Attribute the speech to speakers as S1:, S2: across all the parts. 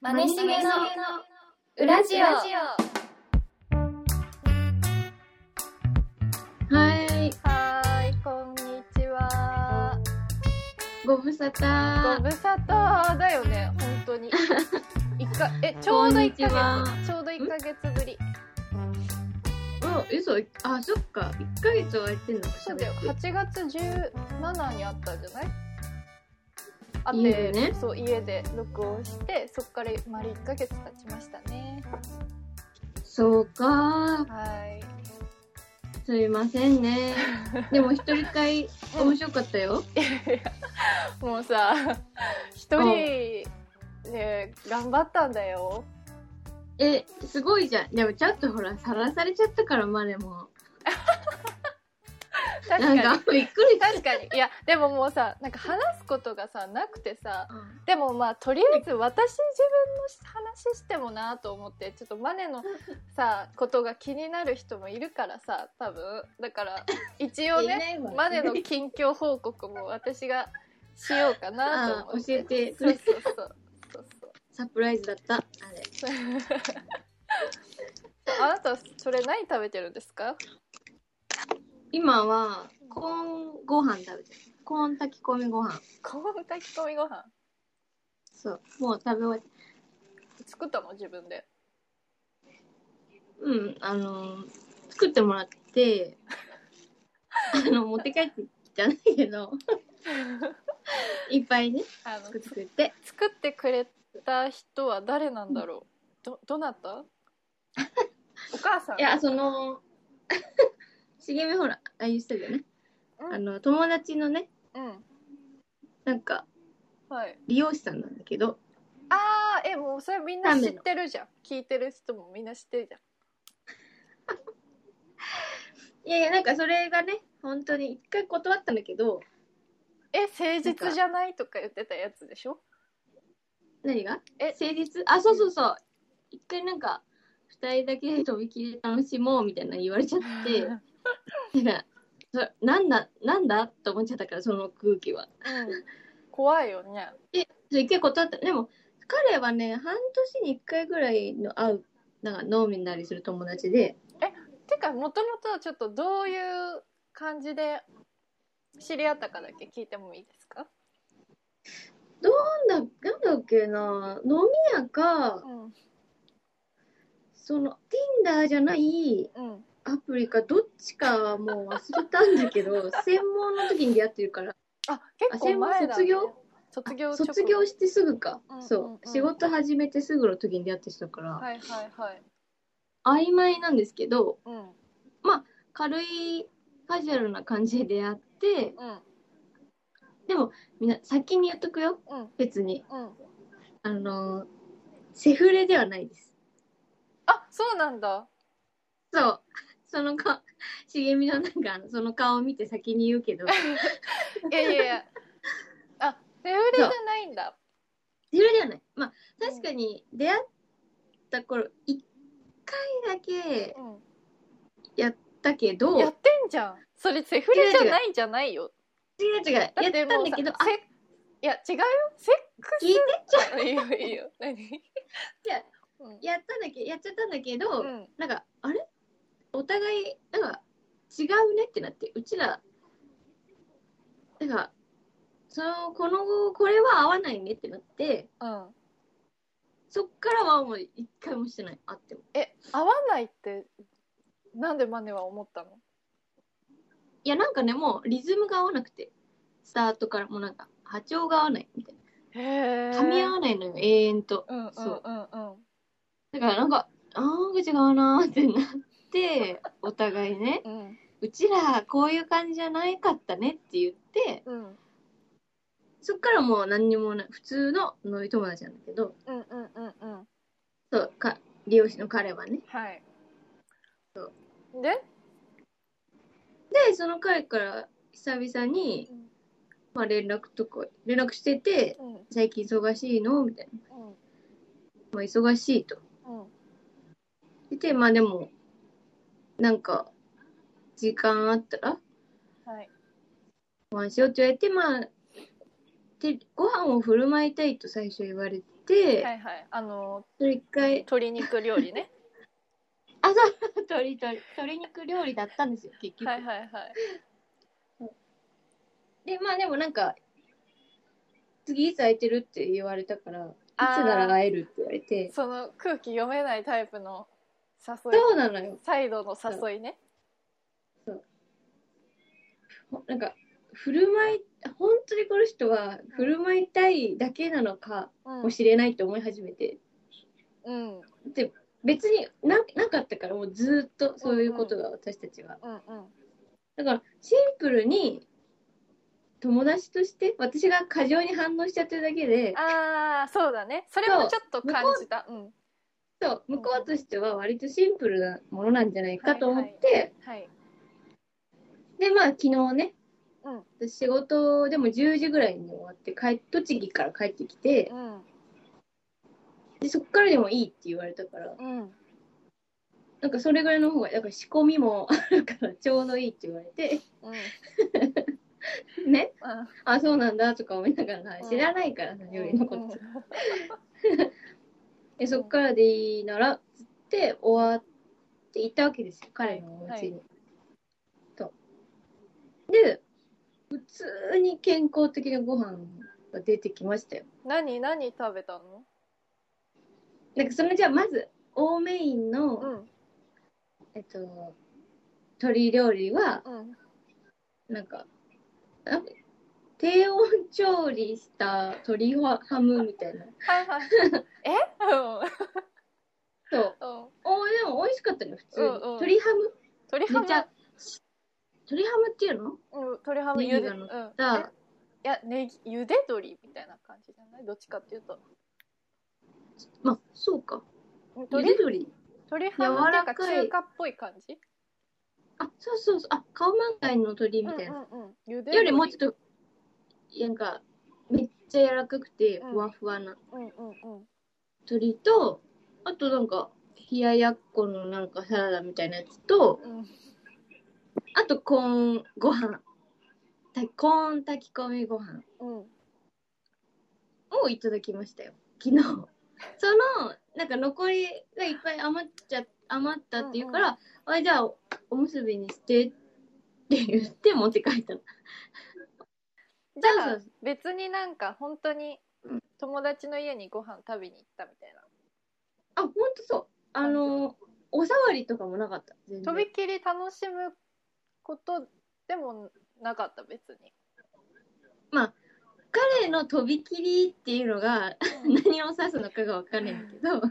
S1: マネしげの裏ジオ。
S2: はい、
S1: はーい、こんにちは。
S2: ご無沙汰
S1: ご。無沙汰だよね、本当に。一かえちょうど一ヶ
S2: こんに
S1: 月、ちょうど一ヶ月ぶり。
S2: あ、嘘。あ、そっか。一ヶ月はやってんのか。
S1: そうだよ、
S2: 喋って
S1: 8月17にあったじゃない？あって
S2: 家でね
S1: そう家で録音して、そっから丸一ヶ月経ちましたね。
S2: そうか。
S1: はい。
S2: すいませんね。でも一人 会
S1: うん
S2: 面白かったよ。
S1: もうさ、 一人で頑張ったんだよ。
S2: え、すごいじゃん。でもちょっとほら、さらされちゃったから、までも。
S1: 確
S2: な
S1: か
S2: ん
S1: に。
S2: か、びっくりした。
S1: 確かにいやでももうさなんか話すことがさなくてさ
S2: うん
S1: でもまあとりあえず私自分の話してもなと思ってちょっとマネの さことが気になる人もいるからさ多分だから一応
S2: いな
S1: ね
S2: いわ
S1: マネの近況報告も私がしようかなと思って
S2: あー教えて
S1: そうそうそうそうそう
S2: サプライズだった。あれ。
S1: あなたそれ何食べてるんですか
S2: 今は、コーンご飯食べてる。コーン炊き込みご飯。
S1: コーン炊き込みご飯
S2: そう。もう食べ終わっ
S1: 作ったの自分で
S2: うん、あのー作ってもらって、あの、持って帰ってきたんだけど、いっぱいね、
S1: あの
S2: 作って。
S1: 作ってくれた人は誰なんだろうどどなたお母さん
S2: いや、その、 茂みほら、ああいう人だよね。
S1: うん
S2: あの、友達のね、
S1: うん
S2: なんか、
S1: はい
S2: 理容師さんなんだけど、
S1: ああえもうそれみんな知ってるじゃん聞いてる人もみんな知ってるじゃん
S2: いやいや、なんかそれがね、本当に一回断ったんだけど、
S1: え誠実じゃないとか言ってたやつでしょ
S2: 何が
S1: え
S2: 誠実あ、そうそうそう。一回なんか、二人だけで飛び切り楽しもうみたいなの言われちゃって、なんかそなんだなんだと思っちゃったからその空気は。
S1: うん怖いよね
S2: それ結構経ったでも彼はね半年に1回ぐらいの会うなんか飲みになりする友達で
S1: てかもともとちょっとどういう感じで知り合ったかだけ聞いてもいいですか
S2: なんだなんだっけな飲み屋か
S1: うん
S2: その Tinder じゃない
S1: うん
S2: アプリかどっちかはもう忘れたんだ けど専門の時に出会ってるから
S1: あ結構前だ、ね、
S2: あ専門
S1: 卒
S2: 卒業
S1: 業直後
S2: 卒業してすぐか、
S1: うんうん
S2: そううん仕事始めてすぐの時に出会ってたから、
S1: はいはいはい
S2: 曖昧なんですけど
S1: うん
S2: 軽いカジュアルな感じで出会って、
S1: うん
S2: でもみんな先に言っとくよ
S1: うん
S2: 別に
S1: うん
S2: あのーセフレではないです
S1: あそうなんだ
S2: そうその顔茂みのなんかあのその顔を見て先に言う けどセ
S1: いやいやいやあセフレじゃないんだ
S2: フレではないまあ確かに出会った頃一回だけ
S1: う、
S2: やったけ
S1: ん、
S2: ど
S1: やってんじゃんそれセフレじゃないんじゃないよ
S2: 違う違うや
S1: だ
S2: った
S1: っ
S2: ん
S1: て
S2: だ
S1: もうさ
S2: けどあ
S1: せいや違うよセック
S2: 聞いて
S1: スいいよいいよ何
S2: や
S1: うん
S2: やったんだけやっちゃったんだけど、
S1: うん
S2: なんかあれお互いなんか違うねってなってうちらなんかそのこの後これは合わないねってなって
S1: うん
S2: そっからはもう一回もしてないあっても
S1: え合わないってなんでマネは思ったの
S2: いやなんかねもうリズムが合わなくてスタートからもうなんか波長が合わないみたい
S1: へえ
S2: な噛み合わないのよ永遠と
S1: うんうんうんうん
S2: だからなんかあー違うなーってなってお互いね
S1: うん
S2: うちらこういう感じじゃないかったねって言って
S1: うん
S2: そっからもう何にもない普通の飲み友達なんだけど
S1: うんうんうんうん
S2: そうか利用師の彼はね
S1: はい
S2: そう
S1: で
S2: でその彼から久々に、
S1: うん
S2: まあ、連絡とか連絡してて
S1: うん
S2: 「最近忙しいの?」みたいな
S1: うん
S2: 「まあ、忙しい」と
S1: うん
S2: 言ってまあでもなんか時間あったら
S1: はい
S2: ご飯しようって言われてまあでご飯を振る舞いたいと最初言われて、
S1: はいはい。あの、
S2: それ一回、
S1: 鶏肉料理ね。
S2: あ、そう、鶏、鶏、鶏肉料理だったんですよ、結局。
S1: はいはいはい。
S2: で、まあでもなんか、次いつ空いてるって言われたから、い
S1: あー
S2: つなら会えるって言われて、
S1: その空気読めないタイプの誘い。
S2: そうなのよ。
S1: 再度の誘いね。
S2: ほなんか、振る舞い、本当にこの人は振る舞いたいだけなのか
S1: うん
S2: も。しれないと思い始めて、
S1: うん。うん
S2: 別にななかったから、もうずーっとそういうことが私たちは。
S1: うん。
S2: だから、シンプルに、友達として、私が過剰に反応しちゃってるだけで、
S1: ああ、そうだね。それもちょっと感じた。うん。
S2: そう、向こうとしては割とシンプルなものなんじゃないかと思って、
S1: はい。
S2: で、まあ昨日ね、
S1: うん
S2: 私仕事でも10時ぐらいに終わって帰っ、栃木から帰ってきて
S1: う、ん。
S2: でそこからでもいいって言われたから、
S1: うん。
S2: なんかそれぐらいの方が、なんか仕込みもあるから ちょうどいいって言われて、
S1: うん。
S2: ね、
S1: うん
S2: あ、そうなんだとか思いながら、
S1: うん
S2: 知らないからさ、料理のこ
S1: うん
S2: と。で、そこからでいいなら、つって終わって行ったわけですよ、彼のお家に。と。で、普通に健康的なご飯が出てきましたよ。
S1: 何何食べたの？
S2: なんかそのじゃあまず、大メインの、
S1: うん
S2: えっと、鶏料理は、
S1: うん
S2: なんか、なんか低温調理した鶏ハハムみたいな。
S1: はい はい。え？
S2: そう。
S1: うんうん。
S2: おでも美味しかったね、普通に。
S1: うんうん
S2: 鶏ハム
S1: 鳥
S2: めっち
S1: ハ
S2: ゃ、鶏ハムっていうの
S1: ム。うん鳥ハムゆで。う
S2: ネギ
S1: ん。
S2: が
S1: え
S2: だ
S1: いやネギゆで鶏みたいな感じじゃない？どっちかっていうと。
S2: まあ、そうか。ゆ
S1: 鳥
S2: で鶏。
S1: 鳥ハムっていうか
S2: 柔らかい
S1: 中華っぽい感じ？
S2: あ、そうそうそう。あ、顔満開の鶏みたいな。
S1: うんうんうん。ゆで
S2: よりもうち
S1: ょっ
S2: ょっと、なんか、めっちゃ柔らかくて、
S1: うん
S2: ふわふわな
S1: と。うんうんうん。
S2: 鶏と、あとなんか、冷ややっこのなんかサラダみたいなやつと、
S1: うん
S2: あとコーンご飯たコーン炊き込みご飯
S1: うん
S2: をいただきましたよ昨日そのなんか残りがいっぱい余っちゃ余ったっていうから、あじゃあおむすびにしてって言って持って帰ったの
S1: じゃ
S2: そ
S1: あ
S2: うそう
S1: 別になんか本当に友達の家にご飯食べに行ったみたいな。
S2: あほんとそうあのおさわりとかもなかった全
S1: と
S2: 然
S1: びっきり楽しむことでもなかった別に。
S2: 彼のとびきりっていうのが何を指すのかが分かんないんだけど
S1: で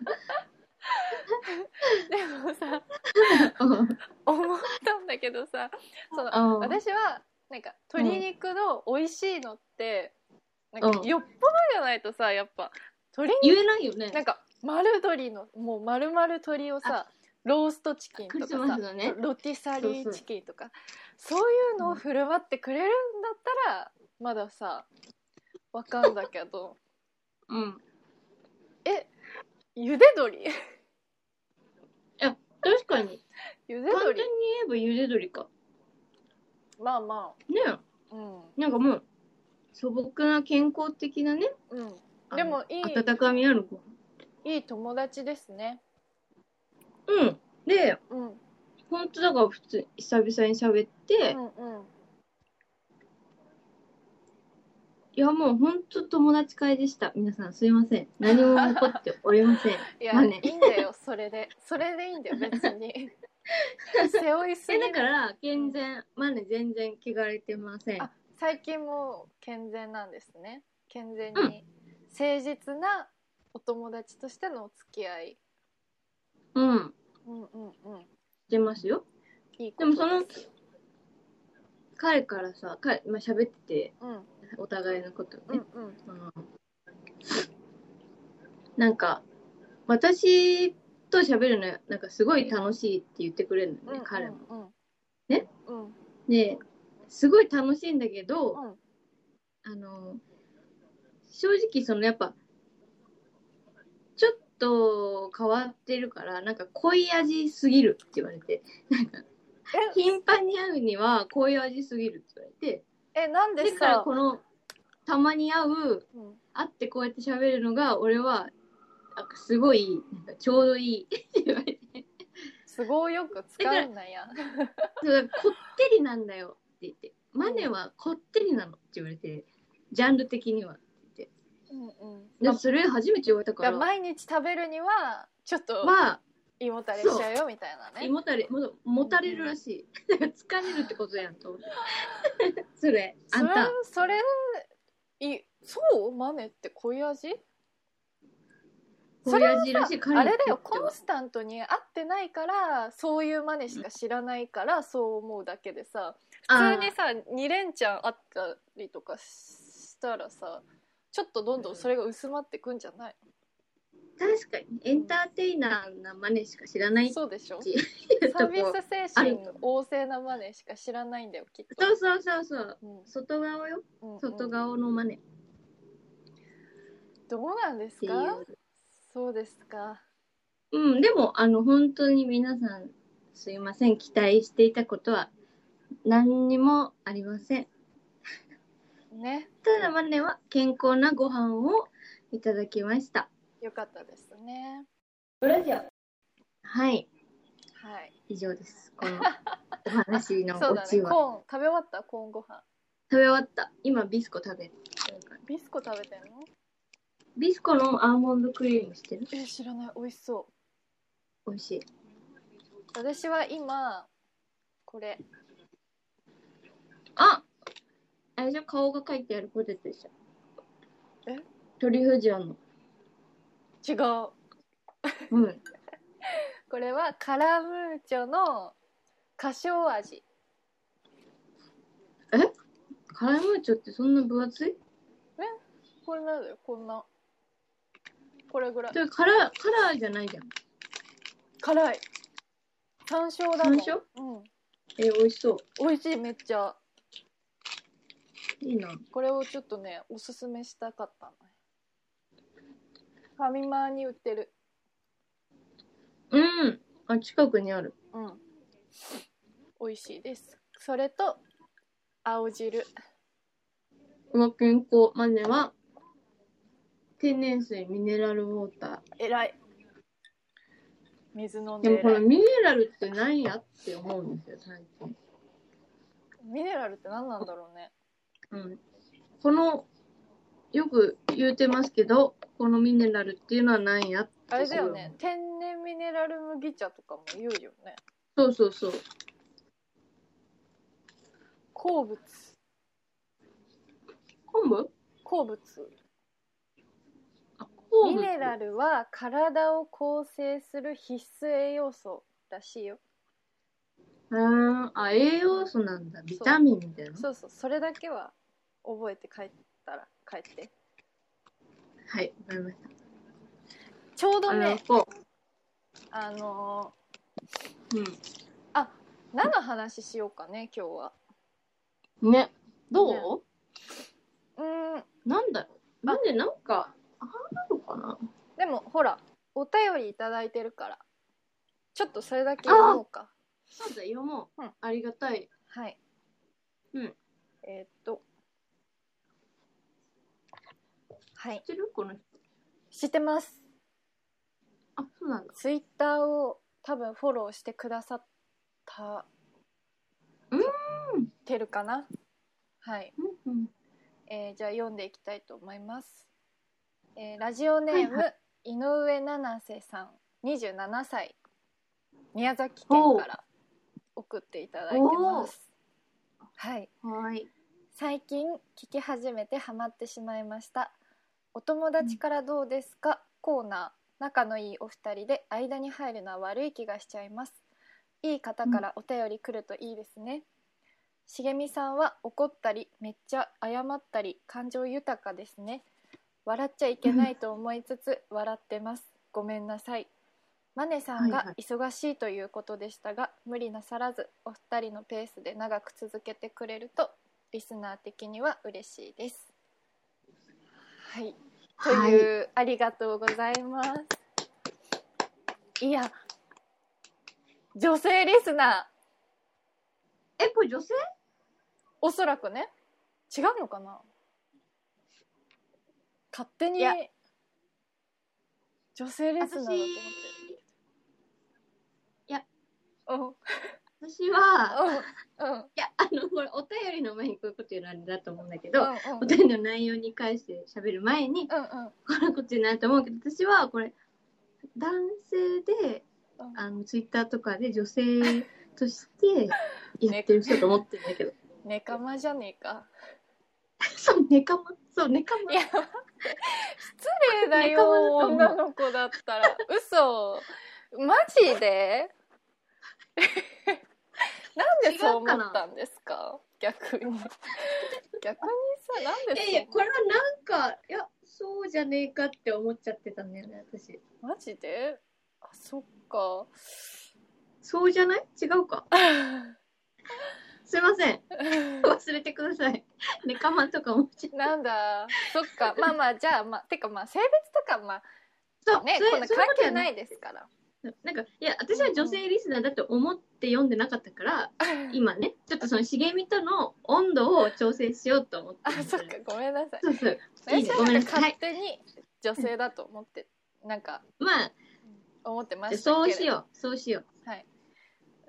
S1: もさ思ったんだけどさその
S2: あ
S1: 私はなんか鶏肉の美味しいのって、なん
S2: う
S1: か
S2: ん
S1: よっぽどじゃないとさやっぱ鶏肉
S2: 言えないよね
S1: なんか丸鶏のもう丸々鶏をさローストチキンとか
S2: クリスマ
S1: さ
S2: スのね
S1: ロティサリーチキンとかそういうのを振る舞ってくれるんだったらまださわかんだけど
S2: うん
S1: ゆで鶏
S2: 確かに
S1: ゆで
S2: 簡単
S1: 鶏
S2: に言えばゆで鶏か
S1: まあま
S2: ね
S1: あうん
S2: えなんかもう素朴な健康的なね
S1: うん
S2: あの
S1: でもいい
S2: 温かみあるご飯
S1: いい友達ですね。
S2: うんで
S1: うん、うん、
S2: 本当だから普通に久々に喋って、
S1: うん、
S2: いやもう本当友達会でした皆さんすいません何も残っておりません
S1: いや、
S2: まあね
S1: いいんだよ、それで、それでいいんだよ、別に。 背負いす
S2: え
S1: ぎ
S2: だか
S1: ない。
S2: ら健全まあね全然汚れてません
S1: あ、最近もう健全なんですね。健全に、誠実なお友達としてのお付き合い。
S2: うん
S1: うん、うん、うん。
S2: してますよ
S1: いいこ
S2: で
S1: と
S2: も
S1: です。
S2: その彼からさ彼、まあ、喋ってて
S1: うん、
S2: お互いのことをね、
S1: うん、うん、
S2: なんか私と喋るのなんかすごい楽しいって言ってくれるの
S1: う
S2: ね、
S1: ん、
S2: 彼も。
S1: うん。
S2: ね。
S1: うん、
S2: ですごい楽しいんだけど、
S1: うん
S2: あの正直そのやっぱちょっと変わってるからなんか濃い味すぎるって言われて
S1: え、
S2: 頻繁に会うには濃い味すぎるって言われて
S1: え、なんで
S2: だから
S1: さ。
S2: このたまに会う
S1: うん
S2: 会ってこうやって喋るのが俺はなんかすごいなんかちょうどいいって言われて
S1: 都合よく使うんだや。
S2: そうだからこってりなんだよって言ってマネはこってりなのって言われてジャンル的には
S1: うんうん。
S2: で
S1: だ
S2: それ初めて言われたか
S1: からら毎日食べるにはちょっと
S2: まあ
S1: 胃もたれしちゃうよみたいな
S2: 胃
S1: ね。
S2: もたれももたれるらしいだから疲れるってことやんと思って それあ
S1: そ
S2: ん
S1: れ
S2: た
S1: それいそう豆って濃い味？それは
S2: 親父らしい彼
S1: あれだよ
S2: こ
S1: コンスタントに合ってないからそういう真似しか知らないからそう思うだけでさ普通にさ2連チャンあったりとかしたらさちょっとどんどんそれが薄まってくんじゃない、
S2: 確かにエンターテイナーな真似しか知らないって
S1: そうでしょ
S2: ち
S1: サ
S2: と
S1: ービ
S2: こ
S1: ス精神旺盛な真似しか知らないんだよきっと
S2: そうそうそうそう
S1: うん
S2: 外側よ
S1: うんうん
S2: 外側の真似っ
S1: どうなんです
S2: てい
S1: か
S2: う
S1: そうですか
S2: うんでもあの本当に皆さんすいません期待していたことは何にもありません
S1: ね
S2: ただマネは健康なご飯をいただきました
S1: よかったですね
S2: はい
S1: はい
S2: 以上ですこのお 話の
S1: そう
S2: オ
S1: だ
S2: チ
S1: ね
S2: は、
S1: コーン食べ終わったコーンご飯
S2: 食べ終わった今ビスコ食べてるから
S1: ビスコ食べてんの
S2: ビスコのアーモンドクリームしてる
S1: え知らない美味しそう
S2: 美味しい
S1: 私は今これ
S2: ああれじゃ顔が書いてあるポテトでしょ。
S1: え
S2: トリュフ塩の。
S1: 違うこ
S2: うん。
S1: れはカラムーチョの花椒味
S2: カラムーチョってそんな分厚い
S1: これなんだよこんなこれぐらい
S2: でカラー、カラーじゃないじゃん。
S1: 辛い山椒だもん
S2: 山椒え美味しそう。
S1: うん美味しいめっちゃ
S2: いいな。
S1: これをちょっとねおすすめしたかったのファミマに売ってる
S2: うん。あ、近くにある。
S1: うん美味しいですそれと青汁
S2: うわ、健康。マネは、天然水、ミネラルウォータ
S1: えらい水飲ん
S2: ー。
S1: で
S2: でもこ
S1: 偉
S2: の
S1: い
S2: ミネラルって何やって思うんですよ、最近。
S1: ミネラルって何なんだろうね
S2: うん。この、よく言うてますけど、このミネラルっていうのは何やって
S1: あれだよね天然ミネラル麦茶とかも言うよね
S2: そうそうそう。
S1: 鉱物
S2: 昆布
S1: 鉱物
S2: あ鉱
S1: ミ
S2: 物
S1: ネラルは体を構成する必須栄養素らしいよ
S2: うーんあ栄養素なんだビタミンみたいな
S1: そうそうそれだけは覚えて帰ったら帰って
S2: はいわかりまし
S1: ちょう
S2: た
S1: どね
S2: こ
S1: あの
S2: う、
S1: ー何の話しようかね今日は
S2: うん、ねど
S1: うーん
S2: うなんだろうなんでなんかあなのかな
S1: でもほらお便りいただいてるからちょっとそれだけ読もうか
S2: そうだ読もう、
S1: うん
S2: ありがたい
S1: はい。
S2: うん。
S1: えーっと。はい。
S2: 知ってるこの人
S1: 知ってます。
S2: あそうなんだ
S1: ツイッターを多分フォローしてくださった。
S2: う
S1: てるかな。はい。
S2: うんうん
S1: えーじゃあ読んでいきたいと思います。えーラジオネーム、
S2: は
S1: 井
S2: い
S1: 上七瀬さん、27歳。宮崎県から送っていただいてます。はい。
S2: はい
S1: 最近聞き始めてハマってしまいましたお友達からどうですか、コーナー仲のいいお二人で間に入るのは悪い気がしちゃいますいい方からお便り来るといいですね、しげみさんは怒ったりめっちゃ謝ったり感情豊かですね笑っちゃいけないと思いつつ笑ってますごめんなさいマネさん
S2: はいは
S1: が
S2: い
S1: 忙しいということでしたが、無理なさらずお二人のペースで長く続けてくれるとリスナー的には嬉しいです。はい、という、ありがとうございます。いや女性リスナー
S2: えこれ女性
S1: おそらくね違うのかな勝手に
S2: いや
S1: 女性レスナーだと思って
S2: 私いや
S1: るうん
S2: 私は
S1: うんうん
S2: いやあのこれお便りの前にこういうこと言うのあれだと思うんだけ
S1: う
S2: ど、
S1: ん
S2: お便りの内容に関して喋る前に
S1: うんうん
S2: こんなこと言うのあると思うけど私はこれ男性で
S1: うん
S2: あのツイッターとかで女性と してやってる人と思ってるんだけど
S1: ネカマじゃねえか
S2: そうネカマそうネカマ
S1: いや待って失礼だよ
S2: ネカ
S1: 女
S2: マだと
S1: の子だったら嘘マジ でなんでそう思ったんですか逆に逆にさなん
S2: い
S1: でそう
S2: やいやこれはなんかいやそうじゃねえかって思っちゃってたんだよね私
S1: マジであそっか
S2: そうじゃない違うかすいません忘れてくださいネカマとか思っちゃった
S1: なんだそっかまあまあじゃあまあてかまあ性別とかま
S2: そ
S1: あね
S2: それ
S1: こんな
S2: そう
S1: 関
S2: いうこと
S1: 係
S2: やね
S1: ないですから
S2: なんかいや私は女性リスナーだと思って読んでなかっ たから、今ねちょっとその茂みとの温度を調整しようと思って
S1: あそっかごめんなさい
S2: そうそういい
S1: 私
S2: ねごめ
S1: は
S2: んなさいは
S1: 勝
S2: い
S1: 手に女性だと思ってなんか
S2: まあ
S1: 思ってま
S2: じゃあ
S1: した
S2: そうし
S1: よ
S2: ようそうしよう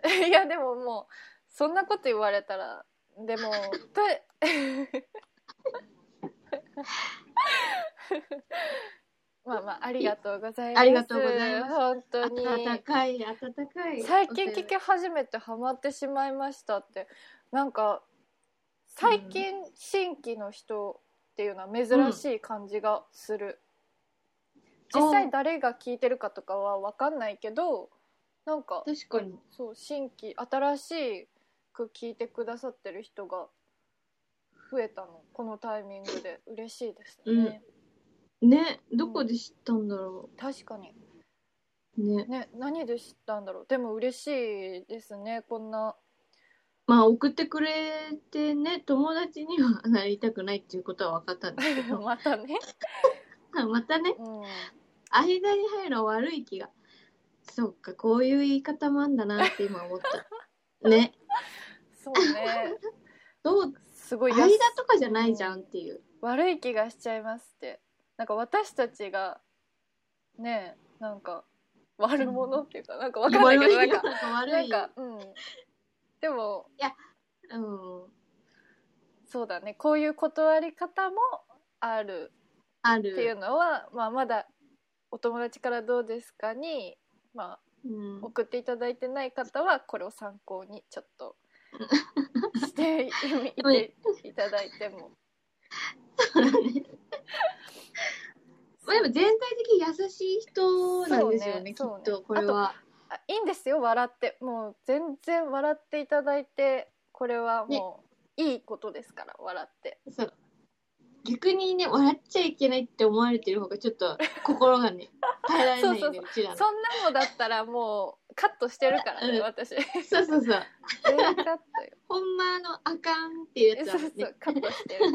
S1: う いやでももうそんなこと言われたらで もと まあまあありがとうございます
S2: ありがとうございます
S1: 本当に
S2: 暖かい暖かい
S1: 最近聞
S2: け
S1: き始めてハマってしまいましたってなんか最近新規の人っていうのは珍しい感じがする、
S2: うん
S1: 実際誰が聞いてるかとかは分かんないけどなんか
S2: 確かに
S1: そう新規新しく聞いてくださってる人が増えたのこのタイミングで嬉しいですね、
S2: ねどこで知ったんだろ
S1: 確かに
S2: うね
S1: ね何で知ったんだろうでも嬉しいですねこんな
S2: まあ送ってくれてね友達にはなりたくないっていうことは分かったんですけ ど
S1: またね、
S2: まあまたね
S1: うん
S2: 間に入るのは悪い気がそうかこういう言い方もあんだなって今思った ね
S1: そうね。
S2: どう
S1: すごい
S2: 間
S1: 安
S2: とかじゃないじゃんっていう
S1: 悪い気がしちゃいますって。なんか私たちがねえなんか悪者っていうか、なんかわかんないけどなんか
S2: 悪
S1: なん
S2: い
S1: かうん。でも
S2: うん、
S1: そうだねこういう断り方もある
S2: あ
S1: っていう
S2: る
S1: のは、まあまだお友達からどうですかに。まあ、
S2: うん
S1: 送っていただいてない方はこれを参考にちょっとしてみていただいても
S2: まあ、でも全体的に優しい人なんですよねき
S1: そうね
S2: っとこれは
S1: あいいんですよ笑ってもう全然笑っていただいてこれはもういいことですから笑って
S2: そう逆にね笑っちゃいけないって思われてる方がちょっと心 がね耐えられないんで
S1: そう
S2: うちら
S1: そ
S2: の
S1: んなのだったらもうカットしてるからね
S2: うん
S1: 私全
S2: そうそうそう
S1: 員 カットよ
S2: ほんまのあかんっていうやつ
S1: そ
S2: は
S1: う
S2: ね
S1: そうカットしてる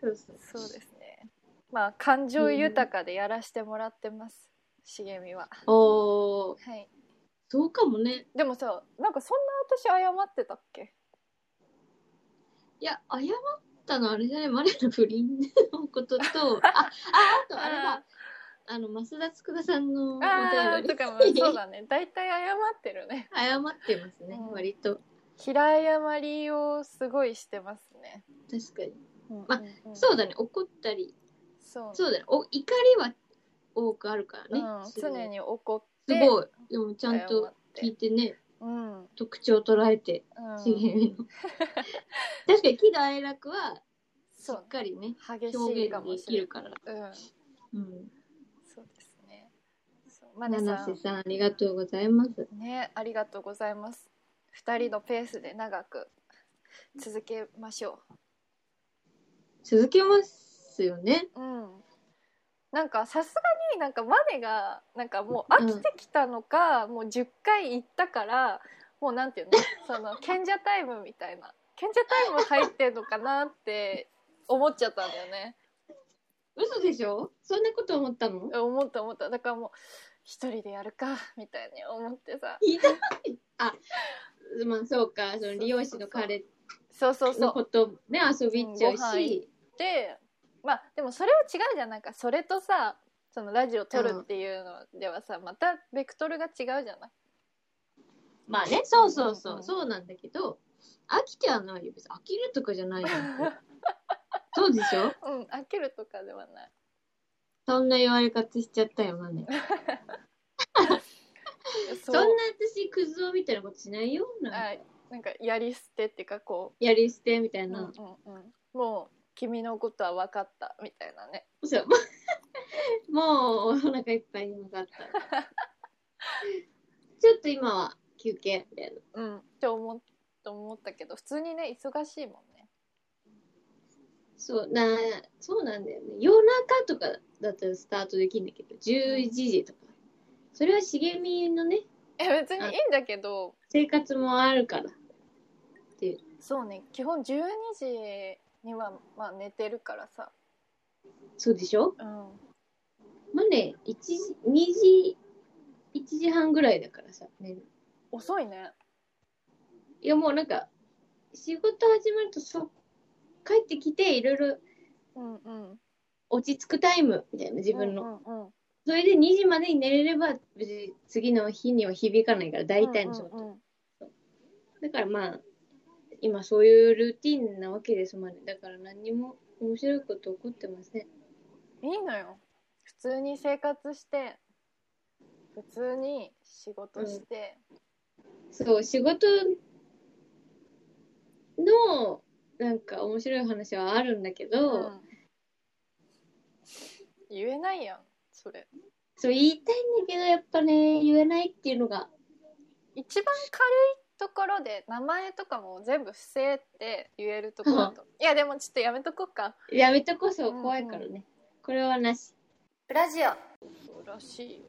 S2: そうそう
S1: そうですねまあ感情豊かでやらしてもらってます茂みは
S2: おー
S1: はい
S2: そうかもね
S1: でもさなんかそんな私謝ってたっけ
S2: いや謝ったのあれじゃないマリアの不倫 のこととあああとあれだあの増田佃さんのお
S1: あー
S2: 便り
S1: とかもそうだね大体謝ってるね
S2: 謝ってますね、
S1: うん
S2: 割と
S1: 平謝りをすごいしてますね
S2: 確かに、
S1: ま
S2: まあそうだね怒ったり
S1: そう
S2: そうだねお怒りは多くあるからね、
S1: うん、
S2: すごい
S1: 常に怒って
S2: すごいでもちゃん
S1: 謝
S2: と
S1: って
S2: 聞いてね
S1: うん、うん、
S2: 特徴を捉えて茂 みの確かに喜怒哀楽はし
S1: そう
S2: っかりね
S1: 激し
S2: 表
S1: いか
S2: 現
S1: も
S2: で
S1: し
S2: き
S1: れない
S2: るから、
S1: うん
S2: うん、
S1: そうですねそうマネ
S2: 七
S1: さ
S2: 瀬
S1: ん
S2: さんありがとうございます
S1: ねありがとうございます二人のペースで長く続けましょ
S2: 続けますよね
S1: ううんなんかさすがになんかマネがなんかもう飽きてきたのか、もう10回行ったからもうなん ていうのその賢者タイムみたいな賢者タイム入ってんのかなって思っちゃったんだよね
S2: 嘘でしょそんなこと思ったの
S1: 思った思っただからもう一人でやるかみたいに思ってさ
S2: ひどいあまあそうかその理容師の彼
S1: そうそうそ
S2: の
S1: う
S2: ことね遊び行っちゃう
S1: うんご飯行
S2: し
S1: でまあでもそれは違うじゃんなんかそれとさそのラジオ撮るっていうのではさ、またベクトルが違うじゃない
S2: まあね、そうそうそう、
S1: うん
S2: そうなんだけど、飽きてはないよ。別に飽きるとかじゃない よ。そうでしょ
S1: うん飽きるとかではない
S2: そんな言われ方しちゃったよ、マネ。
S1: そ
S2: そんな
S1: う
S2: 私、クズ男みたいなことしないよ。 なんか
S1: あなんかやり捨てっていうかこ、
S2: やり捨てみたいう
S1: うん
S2: な。
S1: うんうん、もう君のことは分かったみたいなね
S2: そう もうもうお腹いっぱいに向かった。ちょっと今は休憩みたいな。
S1: うんって思っと思ったけど普通にね忙しいもんね
S2: そうな、そうなんだよね。夜中とかだったらスタートできるんだけど、11時とか。それは茂みのね、
S1: え別にいいんだけど
S2: 生活もあるから。
S1: そうね基本12時にはまあ寝てるからさ
S2: そうでしょ
S1: うん
S2: まあね、1時、2時、1時半ぐらいだからさ、寝る。
S1: 遅いね
S2: いやもうなんか、仕事始まるとそ、帰ってきていろいろ
S1: うんうん
S2: 落ち着くタイムみたいな、自分の。
S1: うんうん
S2: それで2時までに寝れれば、別に次の日には響かないから、大体の仕事。
S1: うんうんうん
S2: だからまあ、今そういうルーティンなわけですもんね。だから何にも面白いこと起こってません。
S1: いいのよ普通に生活して普通に仕事して、
S2: そう、仕事の、なんか面白い話はあるんだけど、
S1: うん言えないやんそれ
S2: そう言いたいんだけど、やっぱね、言えないっていうのが、
S1: 一番軽いところで名前とかも全部不正って言えるところと、いやでもちょっとやめとこうか
S2: やめとこそ怖いからね。
S1: う
S2: これはなし。
S1: ブラジオらしいよ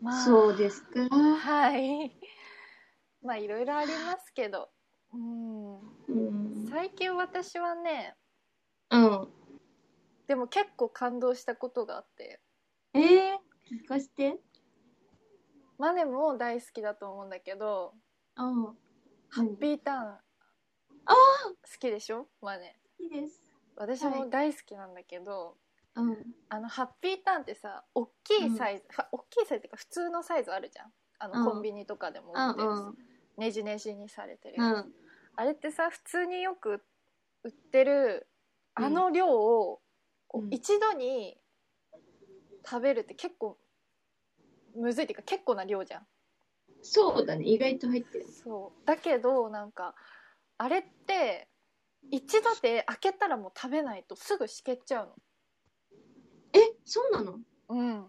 S1: まあ
S2: そうですか。
S1: はいまあいろいろありますけどうん
S2: うん。
S1: 最近私はね
S2: うん。
S1: でも結構感動したことがあって
S2: ええ聞かして。
S1: マネも大好きだと思うんだけど
S2: うん。好
S1: ハッピーターンあ
S2: あ
S1: 好きでしょマネ
S2: きです。
S1: 私
S2: は
S1: も
S2: い
S1: 大好きなんだけど、
S2: うん。
S1: あのハッピーターンってさ大きいサイズ、ふ大きいサイズっていうか普通のサイズあるじゃんあ
S2: うん
S1: のコンビニとかでも
S2: うん
S1: 売ってる
S2: う
S1: さ
S2: ん。
S1: ネジネジにされてるやつ、
S2: うん。
S1: あれってさ普通によく売ってるあの量をこ
S2: う
S1: うん一度に食べるって結構むずいっていうか結構な量じゃん。
S2: そうだね。意外と入ってる。
S1: そうだけどなんかあれって一度で開けたらもう食べないとすぐしけっちゃうの。
S2: え、そうなの
S1: うん、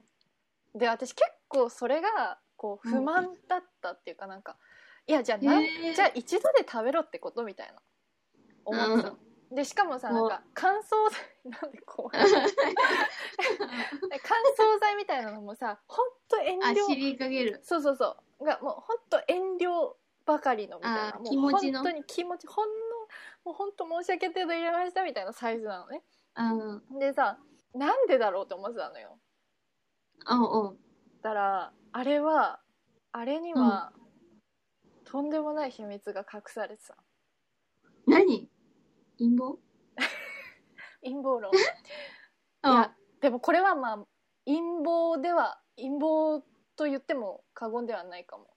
S1: で私結構それがこう
S2: うん
S1: 不満だったっていうかなんかいやじゃあ
S2: へ
S1: な、
S2: ー
S1: じゃあ一度で食べろってことみたいな思ってたのでしかもさなんか乾燥 剤なんで怖いで乾燥剤みたいなのもさほんと遠
S2: あ、
S1: 慮
S2: 知りかける。
S1: そうそうそうがもうほんと遠慮ばかりのみたいな
S2: あー
S1: もう
S2: 気持ちの
S1: 本当に気持ちほんのもうほんと申し訳程度入れましたみたいなサイズなのね
S2: うん。
S1: でさなんでだろうって思ってたのよ
S2: あ、うん。
S1: ったらあれはあれには、とんでもない秘密が隠されてた
S2: 何陰謀
S1: 陰謀 論
S2: う
S1: い
S2: ん
S1: やでもこれはまあ陰謀では陰謀と言っても過言ではないかも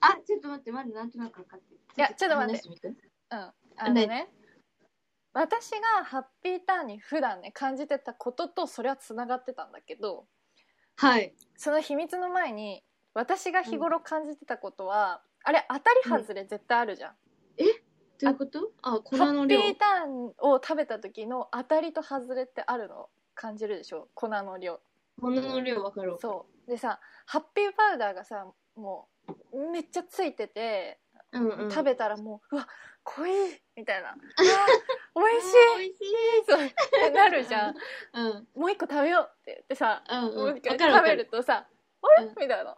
S2: あ、ちょっと待って、まだなんとなく分かってる。
S1: いやちょっと待って
S2: 話してみて。
S1: うんあのね私がハッピーターンに普段ね感じてたこととそれはつながってたんだけど
S2: はい。
S1: その秘密の前に私が日頃感じてたことは、あれ当たり外れ絶対あるじゃん、
S2: どういうことあ、粉
S1: ハ
S2: の
S1: ッピ
S2: 量。
S1: ーターンを食べた時の当たりと外れってあるの感じるでしょ粉の量
S2: 粉の量分かろう。
S1: そうでさハッピーパウダーがさもうめっちゃついてて
S2: うんうん。
S1: 食べたらもう、うわ濃いみ たいなあ美味しい
S2: 美味しい。
S1: そうってなるじゃん
S2: うん。うん
S1: もう一個食べようって言ってさ、
S2: うん。
S1: もう
S2: わ
S1: 一回
S2: かるわ
S1: 食
S2: か
S1: べ
S2: る
S1: る。とさあれ
S2: うん
S1: みたいな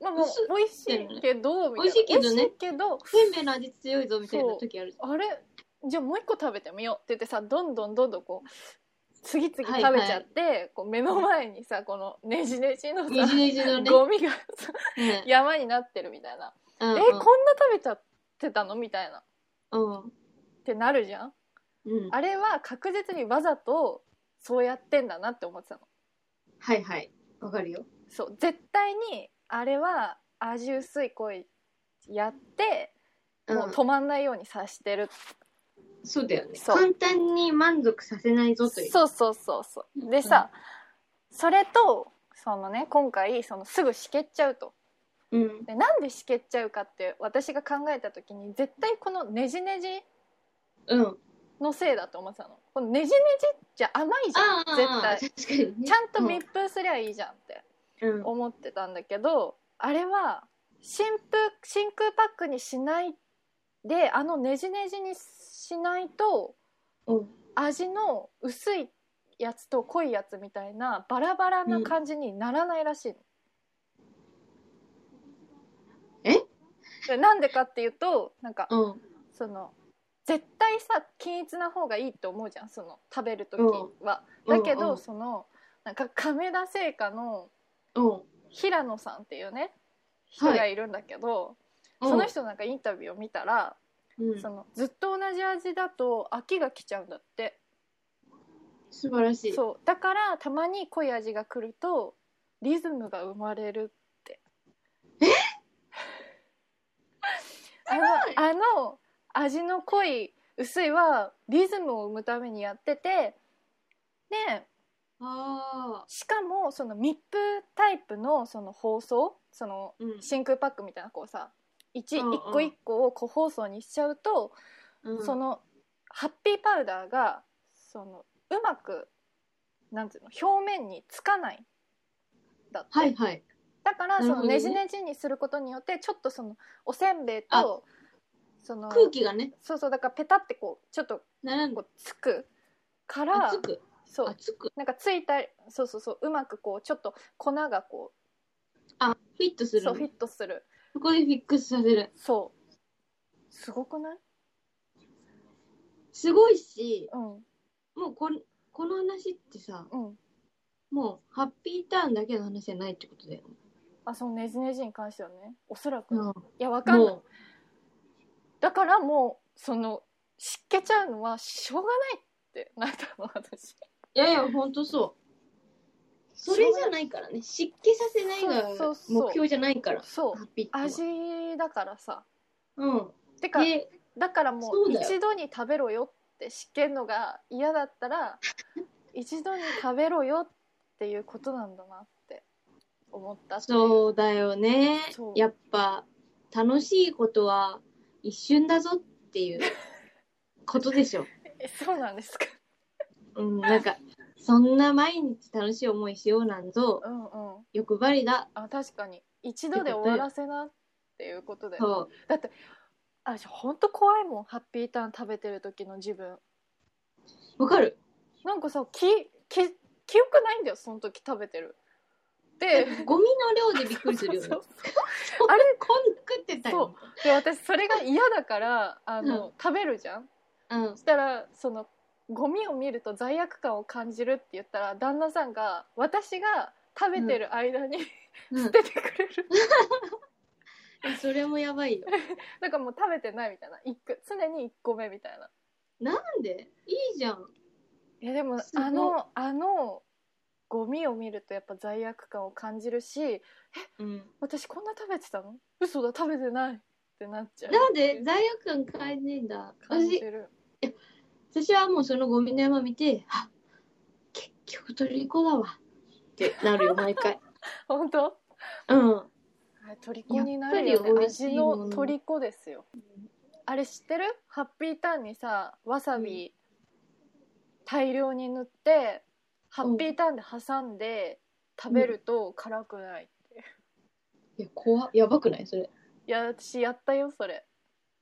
S1: まあもう
S2: 薄
S1: 美味しいけどみたいな
S2: 美味しいけどね
S1: 美味しいけど
S2: せんべいの味強いぞみたいな時あるじ
S1: あれじゃあもう一個食べてみようって言ってさどんどんどんどんこう次々食べちゃって、こう目の前にさこのねじねじの
S2: ゃん。ね
S1: さ
S2: じねじのね。
S1: ゴミがさ
S2: ね
S1: 山になってるみたいな、
S2: うんうん
S1: えこんな食べちゃってたのみたいなっ
S2: うん。
S1: てなるじゃん
S2: うん。
S1: あれは確実にわざとそうやってんだなって思ってたの
S2: はいはい。わかるよ。
S1: そう絶対にあれは味薄い恋やって
S2: うん
S1: もう止まんないようにさしてる、
S2: そうだよね。
S1: そう
S2: 簡単に満足させないぞという。
S1: そうそうそうそうでさ、それとそのね今回そのすぐしけっちゃうと
S2: うん。
S1: でなんでしけっちゃうかって私が考えた時に絶対このねじねじ
S2: うん。
S1: のせいだと思ってたのこのねじねじじゃ甘いじ
S2: あ
S1: ゃん絶対
S2: あ、確かにね。
S1: ちゃんと密封すりゃいいじゃんって
S2: うん。
S1: 思ってたんだけどあれは真空真空パックにしないであのねじねじにしないと
S2: うん。
S1: 味の薄いやつと濃いやつみたいなバラバラな感じにならないらしいの。
S2: え
S1: でなんでかっていうとなんか
S2: うん。
S1: その絶対さ均一な方がいいと思うじゃんその食べる時は。
S2: うん
S1: だけど、
S2: うんうん
S1: そのなんか亀田製菓の
S2: うん。
S1: 平野さんっていうね人
S2: はい
S1: がいるんだけど、その人なんかインタビューを見たら、
S2: うん
S1: そのずっと同じ味だと飽きが来ちゃうんだって
S2: 素晴らしい。
S1: そうだからたまに濃い味が来るとリズムが生まれるってえ あのあの味の濃い薄いはリズムを生むためにやっててで
S2: ああ。
S1: しかもその密封タイプのその包装その
S2: うん
S1: 真空パックみたいなこうさ一一
S2: うんうん
S1: 個一個を個包装にしちゃうと、そのハッピーパウダーがそのうまくなんていうの表面につかないだって、
S2: はいはい。
S1: だからそ
S2: なる
S1: の
S2: ほどね
S1: ねじねじにすることによってちょっとそのおせんべいとその
S2: 空気がね、
S1: そうそうだからペタってこうちょっと
S2: 並んで
S1: こうつくから
S2: 熱く、
S1: そう
S2: 熱く、
S1: なんかついたりそうそうそううまくこうちょっと粉がこ
S2: あ、フィットす
S1: う
S2: る
S1: そう
S2: の。
S1: フィットする
S2: そこでフィックスさせる。
S1: そうすごくない
S2: すごいし、
S1: うん
S2: もうこんこの話ってさ、
S1: うん
S2: もうハッピーターンだけの話じゃないってことだよ。
S1: あそのねじねじに関してはねおそらく、
S2: うん
S1: い。やわかんない
S2: も
S1: だからもうその湿気ちゃうのはしょうがないって なったの私
S2: う、いやいや、ほんとそう。それじゃないからね、湿気させない
S1: そ
S2: が
S1: うそうそう
S2: 目標じゃないから、
S1: そう
S2: ハッピーターンは。
S1: 味だからさ
S2: うん。
S1: てか
S2: で、
S1: だからも
S2: そう
S1: う
S2: だよ
S1: 一度に食べろよって湿気んのが嫌だった ら一度に食べろよっていうことなんだなって思ったっていう
S2: そうだよね
S1: そう。
S2: やっぱ楽しいことは一瞬だぞって いうことでしょ。
S1: えそうなんですか
S2: うん、なんかそんな毎日楽しい思いしようなんぞ
S1: うんうん
S2: 欲張りだ
S1: あ確かに一度で終わらせなっていうことで
S2: と。
S1: あ私ほんと怖いもんハッピーターン食べてる時の自分
S2: わかる
S1: なんかさきき記憶ないんだよその時食べてるで
S2: ゴミの量でびっくりするよね。
S1: そう
S2: あ
S1: あ
S2: れ
S1: れ
S2: こんな食ってたよ。
S1: で私それが嫌だからあの、食べるじゃん
S2: うん
S1: そ。したらそのゴミを見ると罪悪感を感じるって言ったら旦那さんが私が食べてる間に、
S2: うん
S1: 捨ててくれる
S2: それもやばいよ。
S1: なんかもう食べてないみたいな一個常に1個目みたいな
S2: なんでいいじゃん。
S1: いやでも
S2: すごい
S1: あのあのゴミを見るとやっぱ罪悪感を感じるし
S2: うん。
S1: 私こんな食べてたの嘘だ食べてないってなっちゃう
S2: なんで罪悪感感じんだ。
S1: 感じ
S2: 私
S1: る
S2: 私はもうそのゴミの山見て、あ結局トリコだわってなるよ毎回。
S1: 本当
S2: うん。
S1: あれ虜になるよね
S2: やっぱり美味し
S1: 味
S2: いもの
S1: の虜ですよあれ知ってるハッピーターンにさわさび大量に塗ってハッピーターンで挟んで食べると辛くないって
S2: いや怖っやばくないそれ。
S1: いや私やったよそれ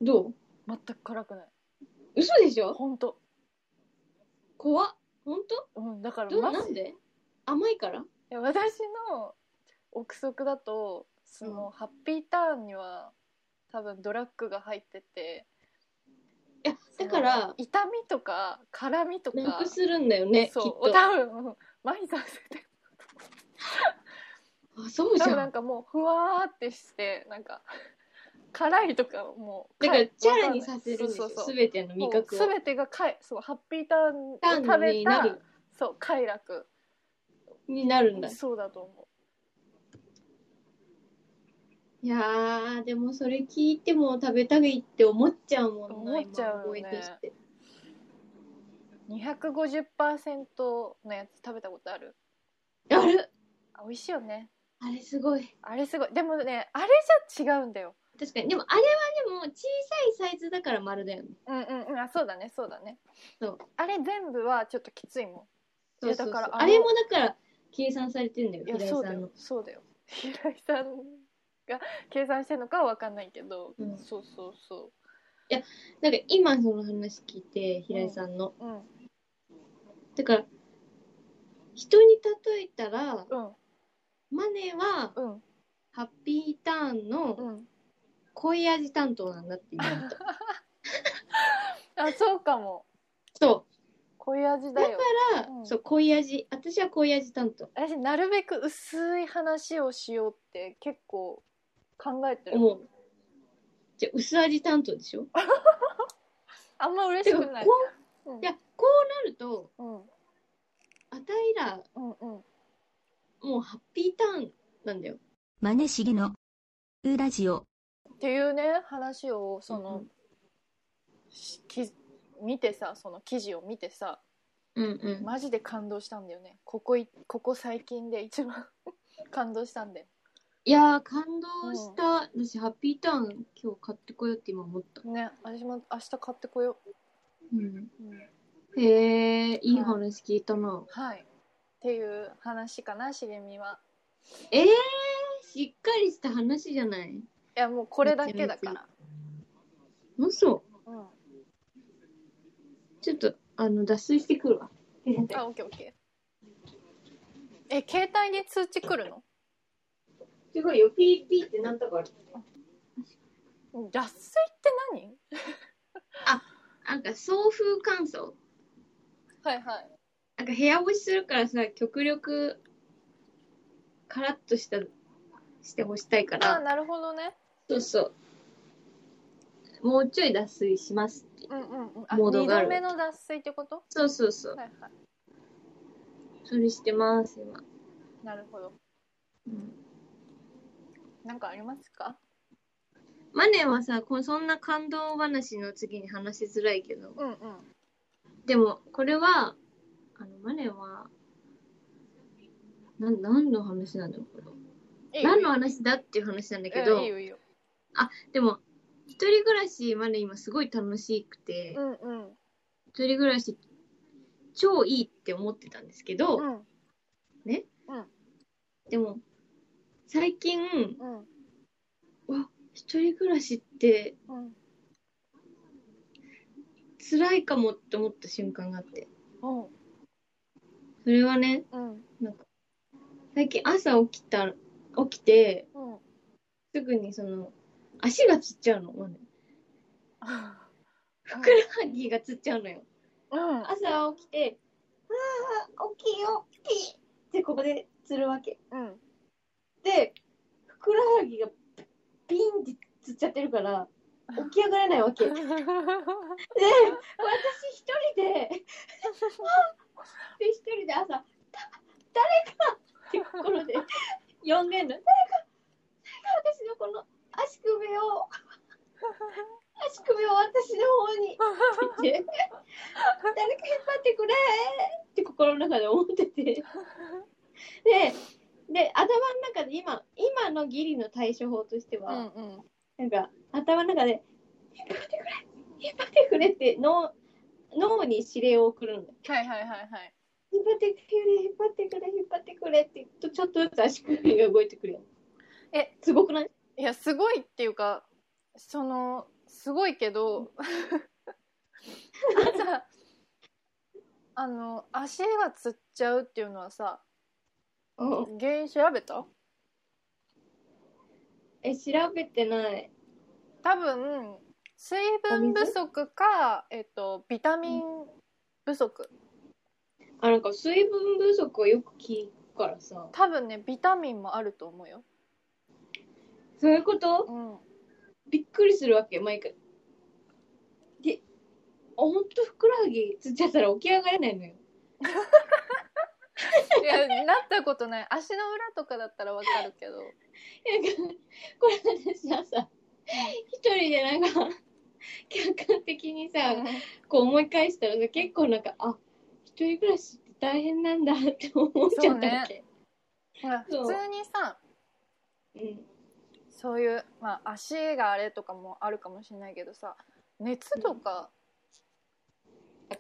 S2: どう
S1: 全く辛くない
S2: 嘘でしょ
S1: 本当
S2: 怖っ本当
S1: うんだから
S2: どう
S1: マジ
S2: なんで甘いから
S1: いや私の憶測だとその、
S2: う
S1: ハッピーターンには多分ドラッグが入ってて
S2: いやだから
S1: 痛みとか辛みとか
S2: なくするんだよねきっ
S1: そう
S2: と
S1: 多分麻痺させて
S2: あそうじ
S1: 多分
S2: ゃ
S1: なん
S2: ん
S1: かもうふわーってしてなんか辛いとかもう
S2: だからチャラにさせるんです
S1: そ
S2: よ
S1: うそうそう
S2: 全ての味覚を
S1: すべてがかいそうハッピーターンを
S2: 単
S1: 食べ
S2: にな
S1: た
S2: る
S1: そう快楽
S2: になるんだ
S1: そうだと思
S2: いやーでもそれ聞いても食べたいって思っちゃうもんな
S1: 思っちゃうよね
S2: 今の声として
S1: う250%のやつ食べたことある
S2: ある
S1: あ美味しいよね
S2: あれすごい
S1: あれすごいでもねあれじゃ違うんだよ
S2: 確かにでもあれはでも小さいサイズだから丸だよね
S1: うんうんうんあそうだねそうだね
S2: そう
S1: あれ全部はちょっときついもい
S2: そ
S1: や
S2: うそうそう
S1: だからあ
S2: あ
S1: の
S2: れもだから計算されてんだよ
S1: んいや
S2: 平井
S1: そう
S2: さ
S1: だ
S2: んの
S1: よそうだよ平井さんが計算してるのかは分かんないけど、
S2: うん
S1: そうそうそ
S2: なんか今その話聞いて平井さんの、
S1: ううん
S2: だから人に例えたら
S1: うん
S2: マネは
S1: うん
S2: ハッピーターンの
S1: うん
S2: 濃い味担当なんだって 言った
S1: あそうかも
S2: そ
S1: こういう味
S2: う
S1: だ
S2: だか
S1: よ
S2: ら、
S1: うん
S2: そう濃い味私は濃い味担当
S1: 私なるべく薄い話をしようって結構考えてる
S2: 思うじゃあ薄味担当でしょ
S1: あんま嬉
S2: て
S1: し
S2: か
S1: く
S2: こ
S1: ないううん
S2: いやこうなると
S1: うん
S2: あたいら
S1: うんうん
S2: もうハッピーターンなんだよ
S3: マネしげの、うラジオ。
S1: っていうね話をその、
S2: うん
S1: しき見てさその記事を見てさ
S2: うんうん
S1: マジで感動したんだよねここいここ最近で一番 感動したんだよ
S2: いやー感動した、私ハッピーターン今日買ってこようって今思った、
S1: ね私も明日買ってこよ
S2: うん、
S1: う、うん
S2: へえいい話聞いたな、
S1: はいっていう話かな茂みは
S2: えー、しっかりした話じゃない
S1: いやもうこれだけだから
S2: もうそう
S1: うんあ
S2: ちょっとあの脱水してくるわ
S1: オッケーオッケーえ携帯に通知来るの
S2: すごいよピーピーってなんとか
S1: 脱水って何
S2: なんか送風乾燥
S1: はいはい
S2: なんか部屋干しするからさ極力カラッとしたして干したいか
S1: あ
S2: ら
S1: なるほどね
S2: そうそうもうちょい脱水しますって
S1: うんうんうんあ
S2: モー
S1: 二
S2: ドがあ
S1: 度
S2: る
S1: 目の脱水ってこと
S2: そうそうそう
S1: はいはい
S2: それしてます今、
S1: なるほどなんかありますか
S2: マネはさこうそんな感動話の次に話しづらいけど
S1: うんうん
S2: でもこれはあのマネはなん何の話なんだろうこれ
S1: いいよ
S2: 何の話だっていう話なんだけど、
S1: うんいいよいいよ
S2: でも一人暮らしまで今すごい楽しくて、
S1: うんうん
S2: 一人暮らし超いいって思ってたんですけど、
S1: うん
S2: でも最近
S1: うん
S2: わ一人暮らしって
S1: うん
S2: 辛いかもって思った瞬間があって
S1: うん
S2: それはね
S1: うん
S2: なんか最近朝起きた起きて
S1: うん
S2: すぐにその足がつっちゃうの、まね、
S1: あ
S2: ふくらはぎがつっちゃうのよ
S1: うん
S2: 朝起きて「ああ起きようピー」ってここでつるわけ
S1: うん
S2: でふくらはぎがピンってつっちゃってるから起き上がれないわけで私一人で あで一人で朝「だ誰か!」って心で呼んでんの「誰か誰か私のこの足首を足首を私の方に」って言って「誰か引っ張ってくれ!」って心の中で思っててでで頭の中で今今のギリの対処法としては、
S1: うんうん
S2: なんか頭の中で「引っ張ってくれ引っ張ってくれ」って脳脳に指令を送るんだよ
S1: はいはいはいはい
S2: 引っ張ってくれ引っ張ってくれ引っ張ってくれって言うとちょっとずつ足首が動いてくるよ
S1: え
S2: すごくない
S1: いやすごいっていうかそのすごいけ ど朝あの足がつっちゃうっていうのはさ
S2: うん
S1: 原因調べた
S2: え調べてない
S1: 多分水分不足か、えっと、ビタミン不足
S2: あなんか水分不足をよく聞くからさ
S1: 多分ねビタミンもあると思うよ、
S2: そういうこと
S1: うん、
S2: びっくりするわけ毎回でほんとふくらはぎつっちゃったら起き上がれないのよ
S1: い やなったことない足の裏とかだったらわかるけど
S2: なんかこれ私はさ一人でなんか客観的にさこう思い返したらさ結構なんかあ一人暮らしって大変なんだって思っちゃったわけ
S1: ほら普
S2: そう
S1: 通にさ
S2: う,、
S1: そういう、まあ、足があれとかもあるかもしれないけどさ熱とか、
S2: ん
S1: まあ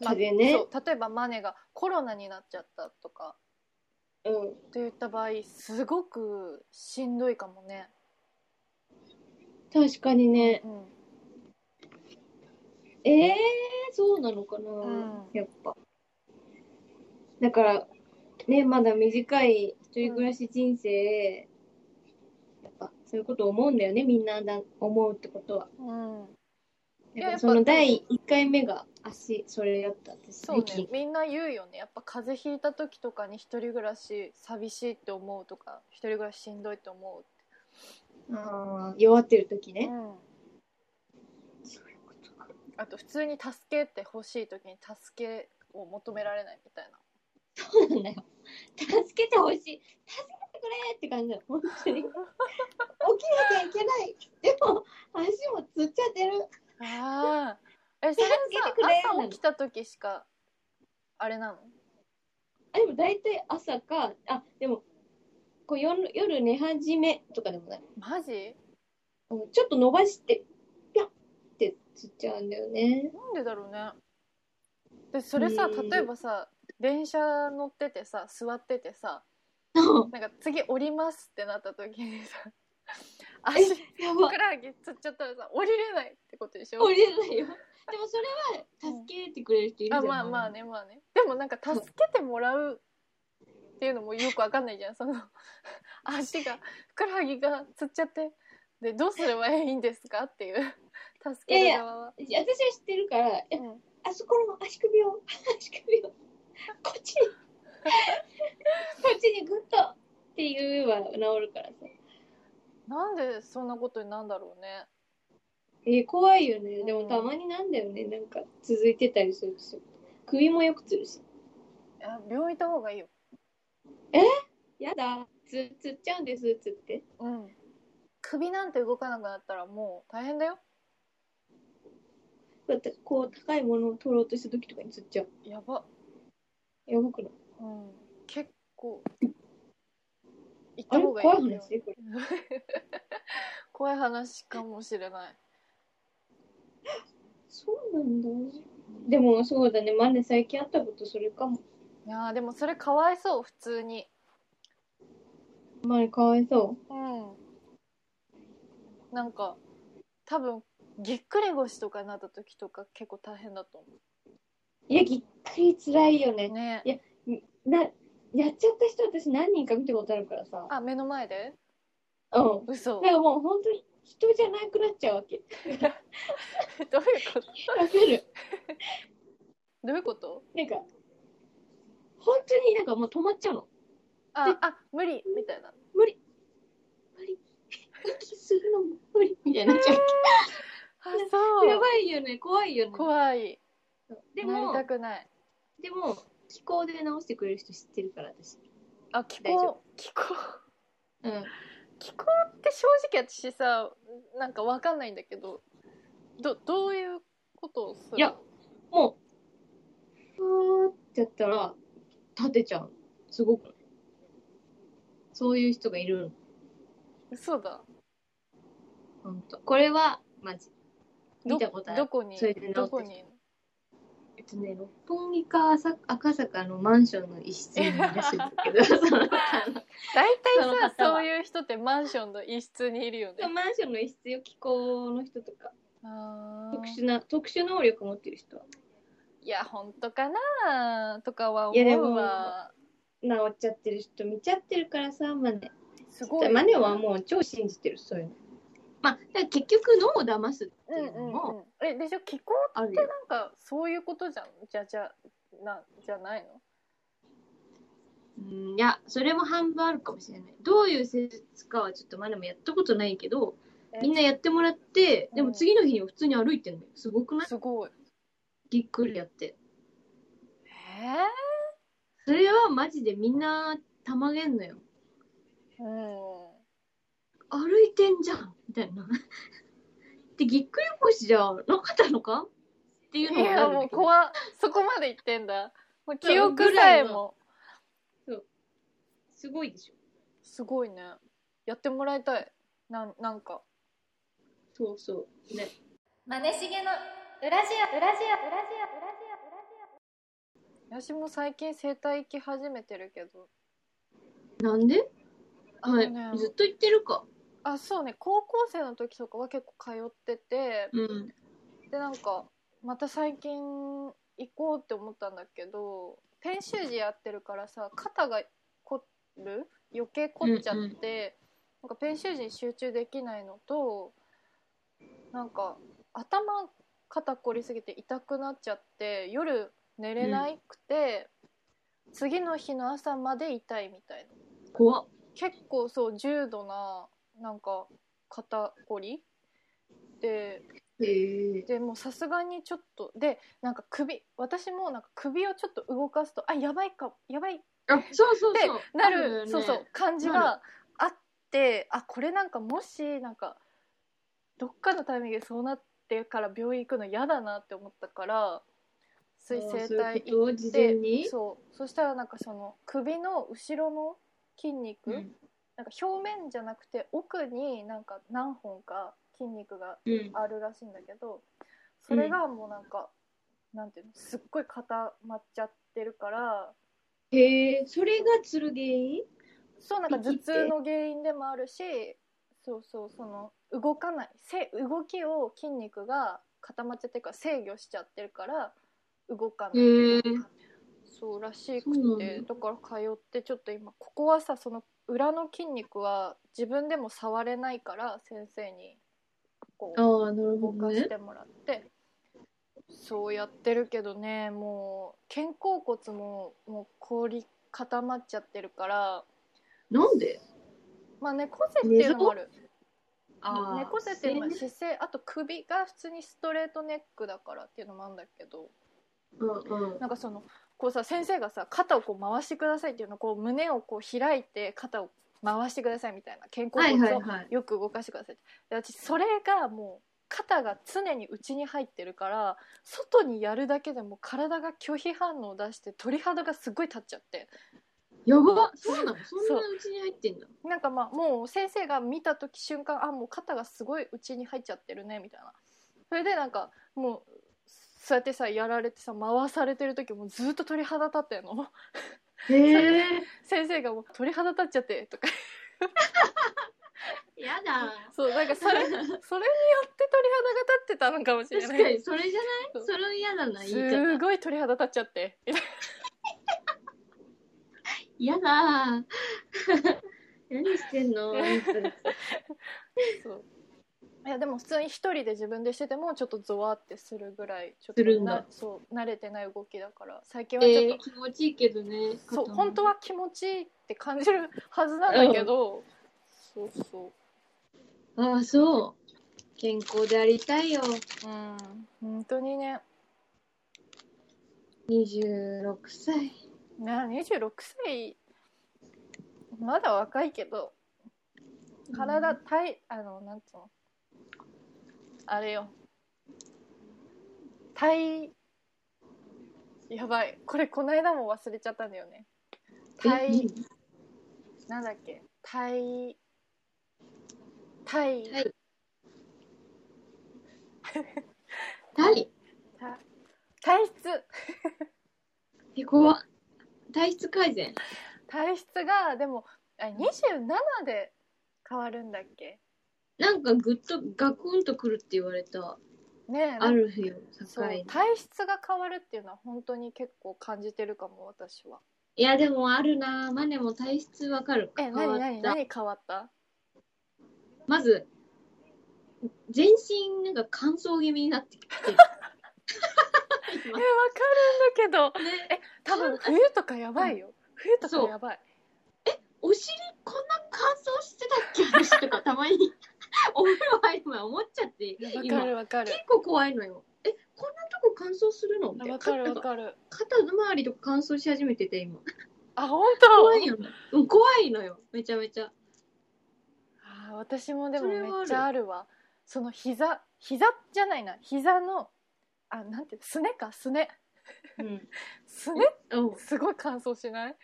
S2: 風邪ね
S1: そう例えばマネがコロナになっちゃったとか
S2: うん
S1: って言った場合すごくしんどいかもね。
S2: 確かにね
S1: うん
S2: ええそうなのかな、
S1: うん
S2: やっぱだからねまだ短い一人暮らし人生、やっぱそういうこと思うんだよねみんなだ思うってことは
S1: うん、いや
S2: やっぱそ
S1: や
S2: の
S1: っぱ
S2: 第1回目が足それやったって
S1: そう
S2: 最
S1: ね
S2: 近
S1: みんな言うよねやっぱ風邪ひいた時とかに一人暮らし寂しいって思うとか一人暮らししんどいって思う
S2: あー弱ってる時
S1: って、
S2: ね、
S1: うん、
S2: そういうことか
S1: あと普通に助けって欲しい時に助けを求められないみたいな
S2: そうなんだよ 助けてほしい助けてくれって感じだよ本当 に起きなきゃいけないでも足もつっちゃってる
S1: ああ。え、それさ
S2: 助けてくれ、
S1: 朝起きた時しか、あれなの
S2: あでも大体朝かあでもこう夜夜寝始めとかでもない
S1: マジ
S2: うんちょっと伸ばしてピャッってつっちゃうんだよね
S1: なんでだろうね。で、それさ、
S2: うん
S1: 例えばさ、電車乗っててさ、座っててさ、
S2: うん
S1: なんか次降りますってなった時にさ、足、ふ
S2: やば
S1: くらはぎつっちゃったらさ、降りれないってことでしょ
S2: 降りれないよでもそれは助けてくれる人いるじゃ
S1: あ、
S2: ん
S1: まあまあね、まあね。でもなんか助けてもらうっていうのもよくわかんないじゃん。その、足が、ふくらはぎがつっちゃって、で、どうすればいいんですかっていう、助ける側は。
S2: 私は知ってるからえ
S1: うん
S2: あそこの足首を 足首をこっちに こっちにグッとって言えば治るからさ
S1: なんでそんなことになんだろうね。
S2: えー怖いよねで
S1: う
S2: も
S1: ん
S2: たまになんだよねなんか続いてたりするし首もよくつるし
S1: あ病院行った方がいいよ。
S2: やだつつっちゃうんですつって
S1: うん。首なんて動かなくなったらもう大変だよ。
S2: だってこう高いものを取ろうとした時とかにつっちゃう
S1: やば。
S2: やばくない
S1: うん。結構、行っ
S2: あ
S1: た
S2: れ
S1: 方がいい
S2: 怖い
S1: よ。
S2: 話これ
S1: 怖い話かもしれない。
S2: そうなんだでもそうだねマネ最近あったことそれかも
S1: いやーでもそれかわいそう、普通に。
S2: マネかわいそ
S1: うん、なんか多分ぎっくり腰とかになった時とか結構大変だと思
S2: ういやぎっくりつらいよ
S1: う
S2: ね
S1: ね
S2: いやなやっちゃった人私何人か見たことあるからさ
S1: あ目の前で
S2: うん
S1: 嘘ど
S2: なんかもう本当に人じゃなくなっちゃうわけ
S1: ういうこと
S2: わかる
S1: どういうこと
S2: なんか本当になんかもう止まっちゃうの
S1: ああ無理みたいな
S2: 無理無理息するのも無理みたいになっちゃう
S1: あそう
S2: やばいよね怖いよね
S1: 怖い
S2: で
S1: なり
S2: も
S1: たくない
S2: でも気候で直してくれる人知ってるから私
S1: あ気
S2: 大丈
S1: 候気候
S2: うん
S1: 気候って正直私さなんかわかんないんだけどどどういうことをする
S2: いやもうふーってやったら立てちゃうすごくそういう人がいる
S1: 嘘だ
S2: ほんとこれはマジ
S1: ど
S2: 見たことある
S1: どこに
S2: それで治ってきた
S1: どこに
S2: えっとね六本木か赤赤坂のマンションの一室にいらっしゃるん だけどそのあ
S1: 大
S2: のそ
S1: 体
S2: の
S1: さ
S2: 方は
S1: そういう人ってマンションの一室にいるよね
S2: そうマンションの一室よ気候の人とか
S1: あー
S2: 特殊な特殊能力持ってる人はい
S1: や本当かなとかは思
S2: いやで
S1: う
S2: も
S1: わ
S2: 治っちゃってる人見ちゃってるからさマネ
S1: すごい
S2: マネはもう超信じてるそういうの。まあ、だから結局脳を騙すっ
S1: う
S2: て
S1: ん
S2: いううんの
S1: う
S2: も
S1: んえでしょ気候
S2: ある
S1: って
S2: よ、
S1: なんかそういうことじゃんじゃじゃなじゃないの
S2: うんいやそれも半分あるかもしれないどういう施術かはちょっとマネもやったことないけどみんなやってもらって、でも次の日には普通に歩いてんのよ。すごくない
S1: すごい
S2: ぎっくりやって。
S1: え
S2: それはマジでみんなたまげんのよ。
S1: ー、うん
S2: 歩いてんじゃんみたいな。 で、ぎっくり腰じゃなかったのかっていうの
S1: い
S2: があ
S1: や
S2: るん
S1: も
S2: だ
S1: う
S2: けど。
S1: 怖っそこまで言ってんだもう記憶さえも
S2: すごいでしょ。
S1: すごいねやってもらいたいなんなんか
S2: そうそう。ね。
S1: マネしげのウラジアウラジアウラジアウラジア私も最近整体行き始めてるけど
S2: なんで
S1: あの
S2: はい
S1: ね。
S2: ずっと言ってるか。
S1: あそうね高校生の時とかは結構通ってて
S2: うん。
S1: でなんかまた最近行こうって思ったんだけど編集時やってるからさ肩が凝る余計凝っちゃって、
S2: うんうん
S1: なんか編集時に集中できないのとなんか頭肩凝りすぎて痛くなっちゃって夜寝れなくて、次の日の朝まで痛いみたいな
S2: 怖っ。
S1: 結構そう重度ななんか肩こりで
S2: へえ。
S1: でもうさすがにちょっとでなんか首私もなんか首をちょっと動かすとあやばいかやばいっ
S2: あ、そうそうそう。
S1: てな
S2: あよ
S1: る
S2: ね
S1: そうそう。感じがあってあこれなんかもしなんかどっかのタイミングでそうなってから病院行くの嫌だなって思ったから水
S2: あ
S1: 生
S2: そういう
S1: 体
S2: ことを事前に
S1: でそうそしたらなんかその首の後ろの筋肉、
S2: うん
S1: なんか表面じゃなくて奥になんか何本か筋肉が
S2: うん。
S1: あるらしいんだけどそれがもうなんか、なんていうのすっごい固まっちゃってるから
S2: へえ、それがつる原因
S1: そうなんか頭痛の原因でもあるしそうそうその動かないせ動きを筋肉が固まっちゃってるから制御しちゃってるから動かない、
S2: へえ。
S1: そうらし
S2: そうな
S1: く
S2: ん
S1: て
S2: だ
S1: だから通ってちょっと今ここはさその裏の筋肉は自分でも触れないから先生にこう
S2: ああ、なる
S1: 動
S2: ほ
S1: か
S2: ど
S1: し
S2: ね。
S1: てもらって、そうやってるけどねもう肩甲骨ももう凍り固まっちゃってるから
S2: なんで
S1: まあ猫背っていうのもある
S2: あー
S1: 猫背っていうのは姿勢あと首が普通にストレートネックだからっていうのもあるんだけど
S2: うんうん。
S1: なんかそのこうさ先生がさ肩をこう回してくださいっていうのこう胸をこう開いて肩を回してくださいみたいな肩甲
S2: はいは
S1: 骨
S2: い
S1: を
S2: はい。
S1: よく動かしてくださいで私それがもう肩が常に内に入ってるから外にやるだけでも体が拒否反応を出して鳥肌がすっごい立っちゃって
S2: やばっそ
S1: うん
S2: うなのそなうちに入ってんだ。
S1: なんかまあもう先生が見た時瞬間あもう肩がすごい内に入っちゃってるねみたいなそれでなんかもうそうやってさやられてさ回されてる時もずっと鳥肌立ってんの
S2: へえ。
S1: 先生がもう鳥肌立っちゃってとか
S2: やだ。
S1: そうなんかそれそれによって鳥肌が立ってたのかもしれ
S2: 確
S1: な
S2: か
S1: い
S2: に、それじゃ
S1: そ
S2: な
S1: う
S2: いそれ嫌だな、言い
S1: す
S2: 方。
S1: ごい鳥肌立っちゃって
S2: 嫌だ。 何してんの
S1: そういやでも普通に一人で自分でしててもちょっとゾワってするぐらいちょっ
S2: する
S1: と
S2: んだ
S1: なそう慣れてない動きだから最近は
S2: え
S1: ちょ
S2: ー
S1: っと、
S2: 気持ちいいけどね。
S1: そう
S2: 肩も
S1: 本当は気持ちいいって感じるはずなんだけど、そうそ
S2: ああ、そう。健康でありたいよ。
S1: ううん本当にね
S2: 26歳。
S1: ね26歳まだ若いけど体体あのなんつうのあれよ体やばいこれこの間も忘れちゃったんだよね
S2: えいい
S1: 体なんだっけ体体
S2: 体体
S1: 体質
S2: え、怖っ体質改善。
S1: 体質がでもあ27で変わるんだっけ
S2: なんかぐっとガクンとくるって言われた。
S1: ねえなんか
S2: ある日を境
S1: そう
S2: に。
S1: 体質が変わるっていうのは本当に結構感じてるかも私はい
S2: や、でもあるな。マネも体質わかる。
S1: え
S2: 変わ
S1: 何
S2: った
S1: 何何変わった
S2: まず、全身なんか乾燥気味になってき てる。
S1: えわかるんだけど
S2: ね、
S1: 多分冬とかやばいよ冬とかやばい
S2: お尻こんな乾燥してたっけ私とかたまにお風呂入
S1: わかる
S2: 結構怖いのよ。え、こんなとこ乾燥するのみたいな。
S1: わかるわ
S2: なんか
S1: かる
S2: 肩の周りとか乾燥し始めてて、今。
S1: あ本
S2: 怖い
S1: 当
S2: よね。うん、怖いのよ。めちゃめちゃ。
S1: あー私もでも
S2: それはある
S1: めっちゃあるわその膝膝じゃないな膝のあなんていうすねかすね
S2: うん。
S1: すね
S2: うん
S1: すごい乾燥しない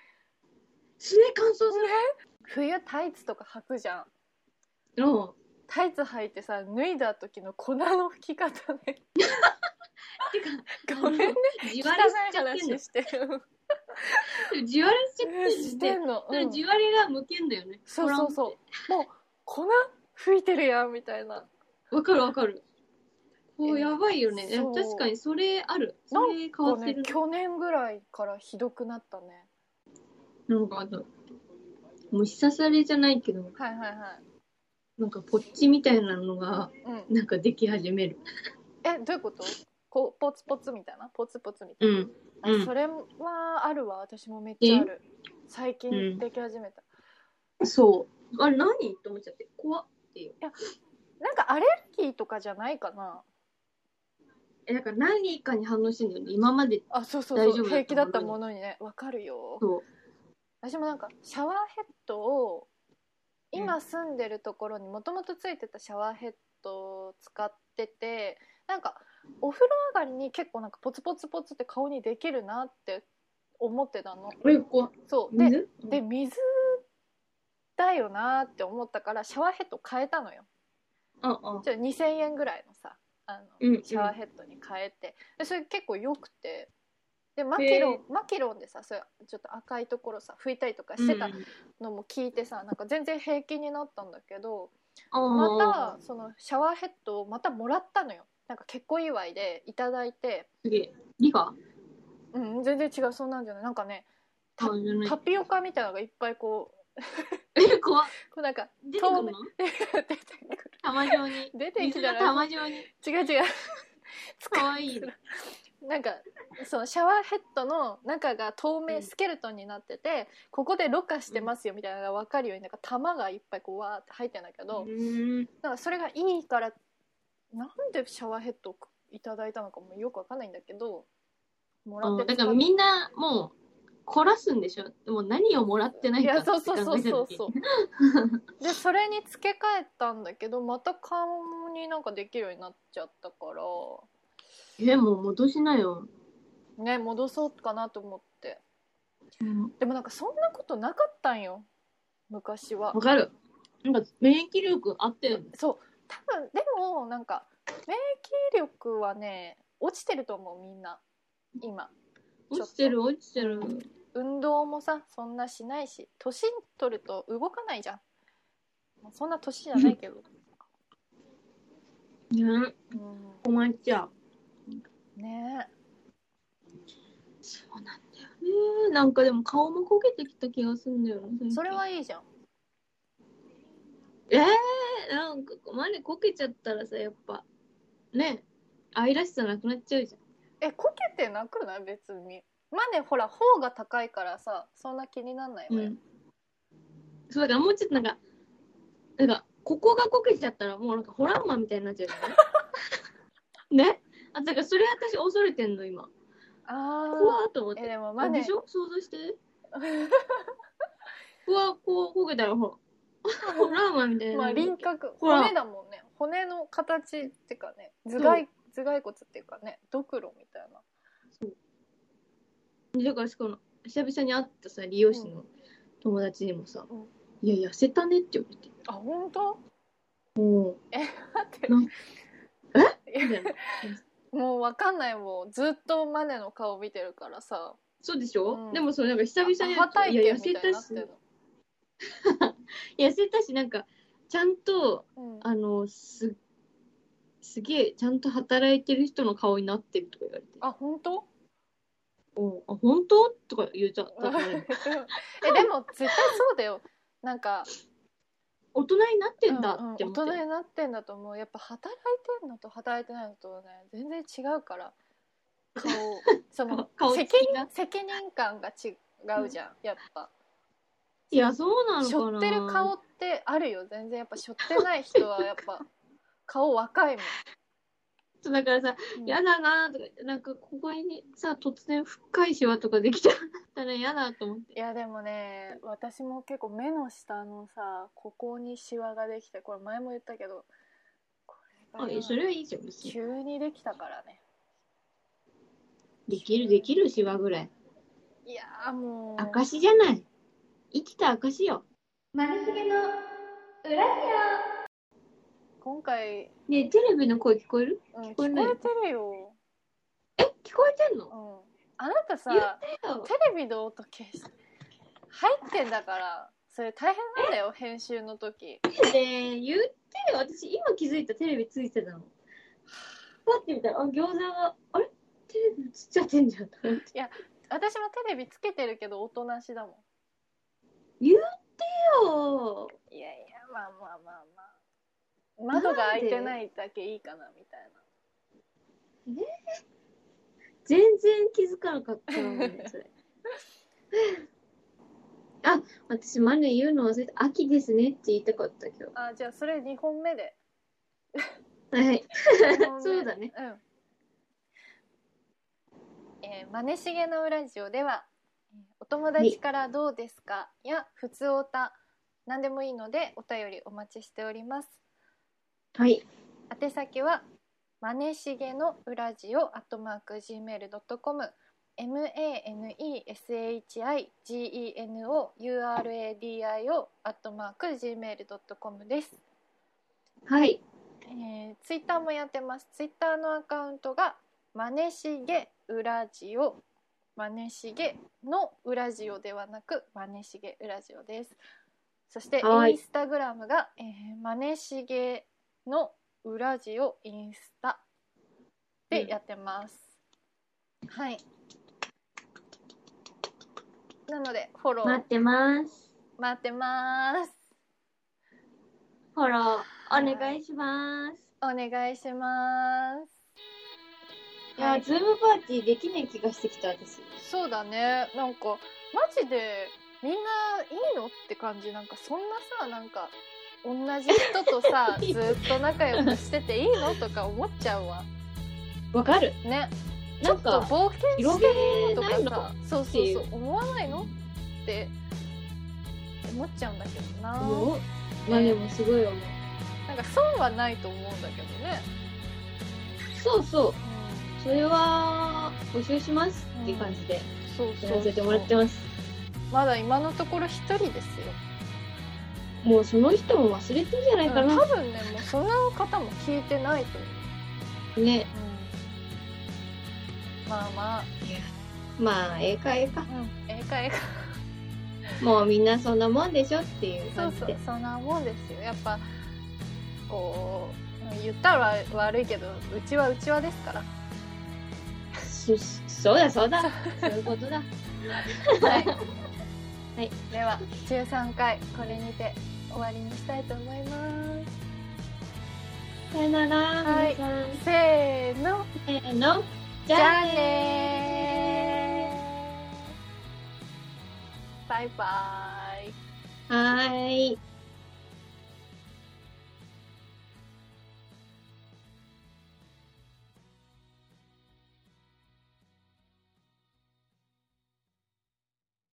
S2: すね乾燥す
S1: 冬タイツとか履くじゃん
S2: る。うん。
S1: タイツ履いてさ脱いだ時の粉の拭き方ね
S2: てか、
S1: ごめんね
S2: あの。
S1: 汚
S2: 地
S1: い
S2: 割れしちゃってんの
S1: 話してる
S2: 地割れしち ゃ
S1: し
S2: って
S1: て
S2: ん
S1: んの、
S2: の
S1: う
S2: で
S1: ん、
S2: 地割れが向けんだよね。
S1: そうそう
S2: ほ
S1: そうもう粉吹いてるやんみたいな
S2: らわかるわかる。こうやばいよね。
S1: えそう
S2: 確かにそれある。それ変
S1: もう
S2: わって
S1: ね
S2: る。
S1: 去年ぐらいからひどくなったね
S2: なんかあと、虫刺されじゃないけど、
S1: はいはいはい
S2: なんかポッチみたいなのが、
S1: うん
S2: なんかでき始める。
S1: えどういうことこうポツポツみたいなポツポツみた
S2: う
S1: いな、
S2: ん。うん
S1: あそれはあるわ私もめっちゃある最
S2: う
S1: 近
S2: ん
S1: でき始めた、
S2: そう。あれ何と思っちゃって。怖っっていう。
S1: なんかアレルギーとかじゃないかな
S2: え、だから何かに反応してんだよね。今まで。
S1: あそうそう
S2: 大
S1: そ
S2: 丈
S1: う
S2: 夫
S1: 平気だったものにねわかるよ
S2: そう。
S1: 私もなんかシャワーヘッドを
S2: う
S1: 今住んでるところにもともとついてたシャワーヘッドを使っててなんかお風呂上がりに結構なんかポツポツポツって顔にできるなって思ってたの。
S2: え、怖
S1: そうで
S2: 水
S1: で水だよなって思ったからシャワーヘッド変えたのよ
S2: あ、あ、
S1: ちょ2000円ぐらいのさあの、
S2: うんうん
S1: シャワーヘッドに変えてでそれ結構良くてでマキロン、
S2: へ
S1: マキロンでさそういうちょっと赤いところさ拭いたりとかして
S2: う
S1: た
S2: ん
S1: のも聞いてさ、なんか全然平気になったんだけど
S2: あ
S1: ま
S2: あ
S1: たそのシャワーヘッドをまたもらったのよなんか結婚祝いでいただいて
S2: すげえ。理科
S1: うん全然違うそうなんじゃないなんかねた
S2: あじゃない
S1: タピオカみたいなのがいっぱいこう
S2: え、怖っ
S1: こうなんか
S2: 出てくるの
S1: 出てくる
S2: 玉状 に。
S1: 出てきた
S2: 水が
S1: ら
S2: 玉状に。
S1: 違う違う
S2: かわ いい。
S1: なんかそのシャワーヘッドの中が透
S2: う
S1: 明
S2: ん
S1: スケルトンになってて、ここでろ過してますよみたいなのが分かるようになんか玉がいっぱいこうわーって入ってんだけど、
S2: うん。
S1: なんかそれがいいからなんでシャワーヘッドをいただいたのかもよく分かんないんだけどもらっ
S2: あ
S1: て
S2: だ
S1: 使
S2: か
S1: っ
S2: らみんな、もう、凝らすんでしょでも何をもらってない
S1: い
S2: か
S1: やそうそうそうそう
S2: って考えた
S1: そ
S2: 時
S1: うでそれに付け替えたんだけどまた顔になんかできるようになっちゃったから
S2: え、もう戻しなよ。
S1: ね戻そうかなと思って
S2: うん
S1: でもなんかそんなことなかったんよ昔は
S2: わかる。なんか、免疫力あったよね。
S1: そう多分でもなんか免疫力はね落ちてると思うみんな今
S2: 落ちてる、落ちてる。
S1: 運動もさそんなしないし年取ると動かないじゃんまあそんな年じゃないけど、
S2: ね、
S1: うん
S2: 困っちゃう。
S1: ねえ
S2: そうなんだよね。なんかでも顔も焦げてきた気がするんだよね。
S1: それはいいじゃん
S2: えー、なんかここまでこけちゃったらさやっぱね愛らしさなくなっちゃうじ
S1: えこけてなくない別にまあねほら頬が高いからさそんな気になんない
S2: ゃん、
S1: わよ、
S2: そうだからもうちょっとなんかなんかここがこけちゃったらもうなんかホラーマンみたいになっちゃうじゃ ないねあだからそれ私恐れてんの今怖
S1: あ
S2: っと思っ
S1: あえ
S2: て
S1: でもまあね
S2: でしょ想像して ここはこうこけたらほ らホラーマンみたいな
S1: まあ輪郭
S2: ほら
S1: 骨だもんね骨の形っていうかね頭蓋頭蓋骨っていうかねドクロみたいな
S2: だからしかも久々に会ったさ理容師の友達にもさ「
S1: うん
S2: いや痩せたね」って言われて
S1: あ本当
S2: 「も
S1: だって
S2: なん
S1: いうや
S2: みたいな
S1: もうわかんないもうずっとマネの顔見てるからさ
S2: そうでしょ、
S1: うん
S2: でもそれなんか久々に会
S1: は
S2: うと
S1: たいて
S2: や
S1: み
S2: 痩
S1: たいにな
S2: せた
S1: っ
S2: して
S1: る
S2: 痩せたしなんかちゃんと
S1: の、うん、
S2: あのすすげえちゃんと働いてる人の顔になってるとか言われて「
S1: あ本当
S2: おあ本当?」とか言っちゃったから
S1: えでも絶対そうだよなんか
S2: 大人になってんだ
S1: うんうん
S2: って思って、
S1: 大人になってんだと思うやっぱ働いてんのと働いてないのとね全然違うから 顔その
S2: 顔
S1: 責
S2: つき
S1: 任
S2: が
S1: 責任感が違うじゃんやっぱ
S2: いやそうなの
S1: し
S2: か
S1: ょ
S2: な
S1: ってる顔ってあるよ全然やっぱしょってない人はやっぱ顔若いもん
S2: とだからさ、
S1: うん
S2: 嫌だなとか言って、なんかここにさ、突然深いシワとかできちゃったら嫌だと思って。
S1: いやでもね私も結構目の下のさここにシワができてこれ前も言ったけどこ
S2: あ
S1: れが、
S2: それはいいじゃん。別に
S1: 急にできたからね
S2: できる、できるシワぐらい。
S1: いやーもう
S2: 証じゃない。生きた証よ。
S1: 今回、
S2: ねえテレビの声聞こえる
S1: うん、聞
S2: こ
S1: こ
S2: えない
S1: えてるよ、
S2: え、聞こえてん
S1: う
S2: の
S1: ん、あなたさ
S2: 言っ
S1: テレビの音消して入ってんだからそれ大変なんだよ編集の時
S2: てよ。ね言ってよ。私今気づいたテレビついてたの。パッて見たら、あ、餃子が、あれテレビ映っちゃってんじゃん。
S1: 私もテレビつけてるけど音なしだも
S2: よ
S1: んいやいやまあまあまあまあ窓が開いてないだけいいかなみたいな
S2: 全然気づかなかったもんね、それ。 あ、私、マネ言うの忘れた。秋ですねって言いたかった、今
S1: あじゃあそれ2本目で
S2: 日。はい。
S1: 二本目
S2: そうだね。
S1: うんえー、まねしげのラジオではえーお友達からどうですかや普通おた何でもいいのでお便りお待ちしております
S2: はい。
S1: 宛先はまねしげのうラジオアットマーク gmail.com maneshigenouradio アットマーク gmail.com です、
S2: はい。
S1: えー、ツイッターもやってますツイッターのアカウントがまねしげうラジオまねしげのうラジオではなくまねしげうラジオですそして
S2: はい
S1: インスタグラムが、えー、まねしげのうラジオインスタでやってます、はいなのでフォロー
S2: 待ってます。
S1: 待ってます
S2: フォロー、お願いします。
S1: お願いします
S2: いや、ズームパーティーできない気がしてきた、私。
S1: そうだねなんかマジでみんないいのって感じなんかそんなさなんか同じ人と さずっと仲良くしてていいのとか思っちゃうわ
S2: わかる。
S1: ねち
S2: な
S1: ょ
S2: ん
S1: っと
S2: か、
S1: 冒険し
S2: 広
S1: て
S2: げ
S1: よとか
S2: ないの
S1: さそう
S2: っ
S1: そ
S2: て
S1: う
S2: いう
S1: そう思わないのって思っちゃうんだけどな
S2: もう、マネもすごい思う。
S1: なんか損はないと思うんだけどね、
S2: そうそう。それは、募集しますっていう感じで、
S1: そうそう
S2: やらせてもらってます。
S1: まだ今のところ一人ですよ
S2: もうその人も忘れてんじゃないか
S1: うん
S2: な
S1: 多。分ねもうその方も聞いてないと思う
S2: ね。
S1: まあまあ、
S2: まあ、ええかええか。
S1: うん、英会話
S2: もうみんなそんなもんでしょっていう
S1: そ
S2: 感
S1: う
S2: じ
S1: そう
S2: で。
S1: そんなもんですよやっぱこう言ったら悪いけどうちはうちはですから、
S2: そそうだそうだ。そういうことだ。
S1: はい
S2: はい
S1: では13回これにて終わりにしたいと思いま
S2: さよなら、
S1: はい
S2: 皆さん。
S1: すせーの
S2: せーの。
S1: じゃあねーバイバイ
S2: はーい。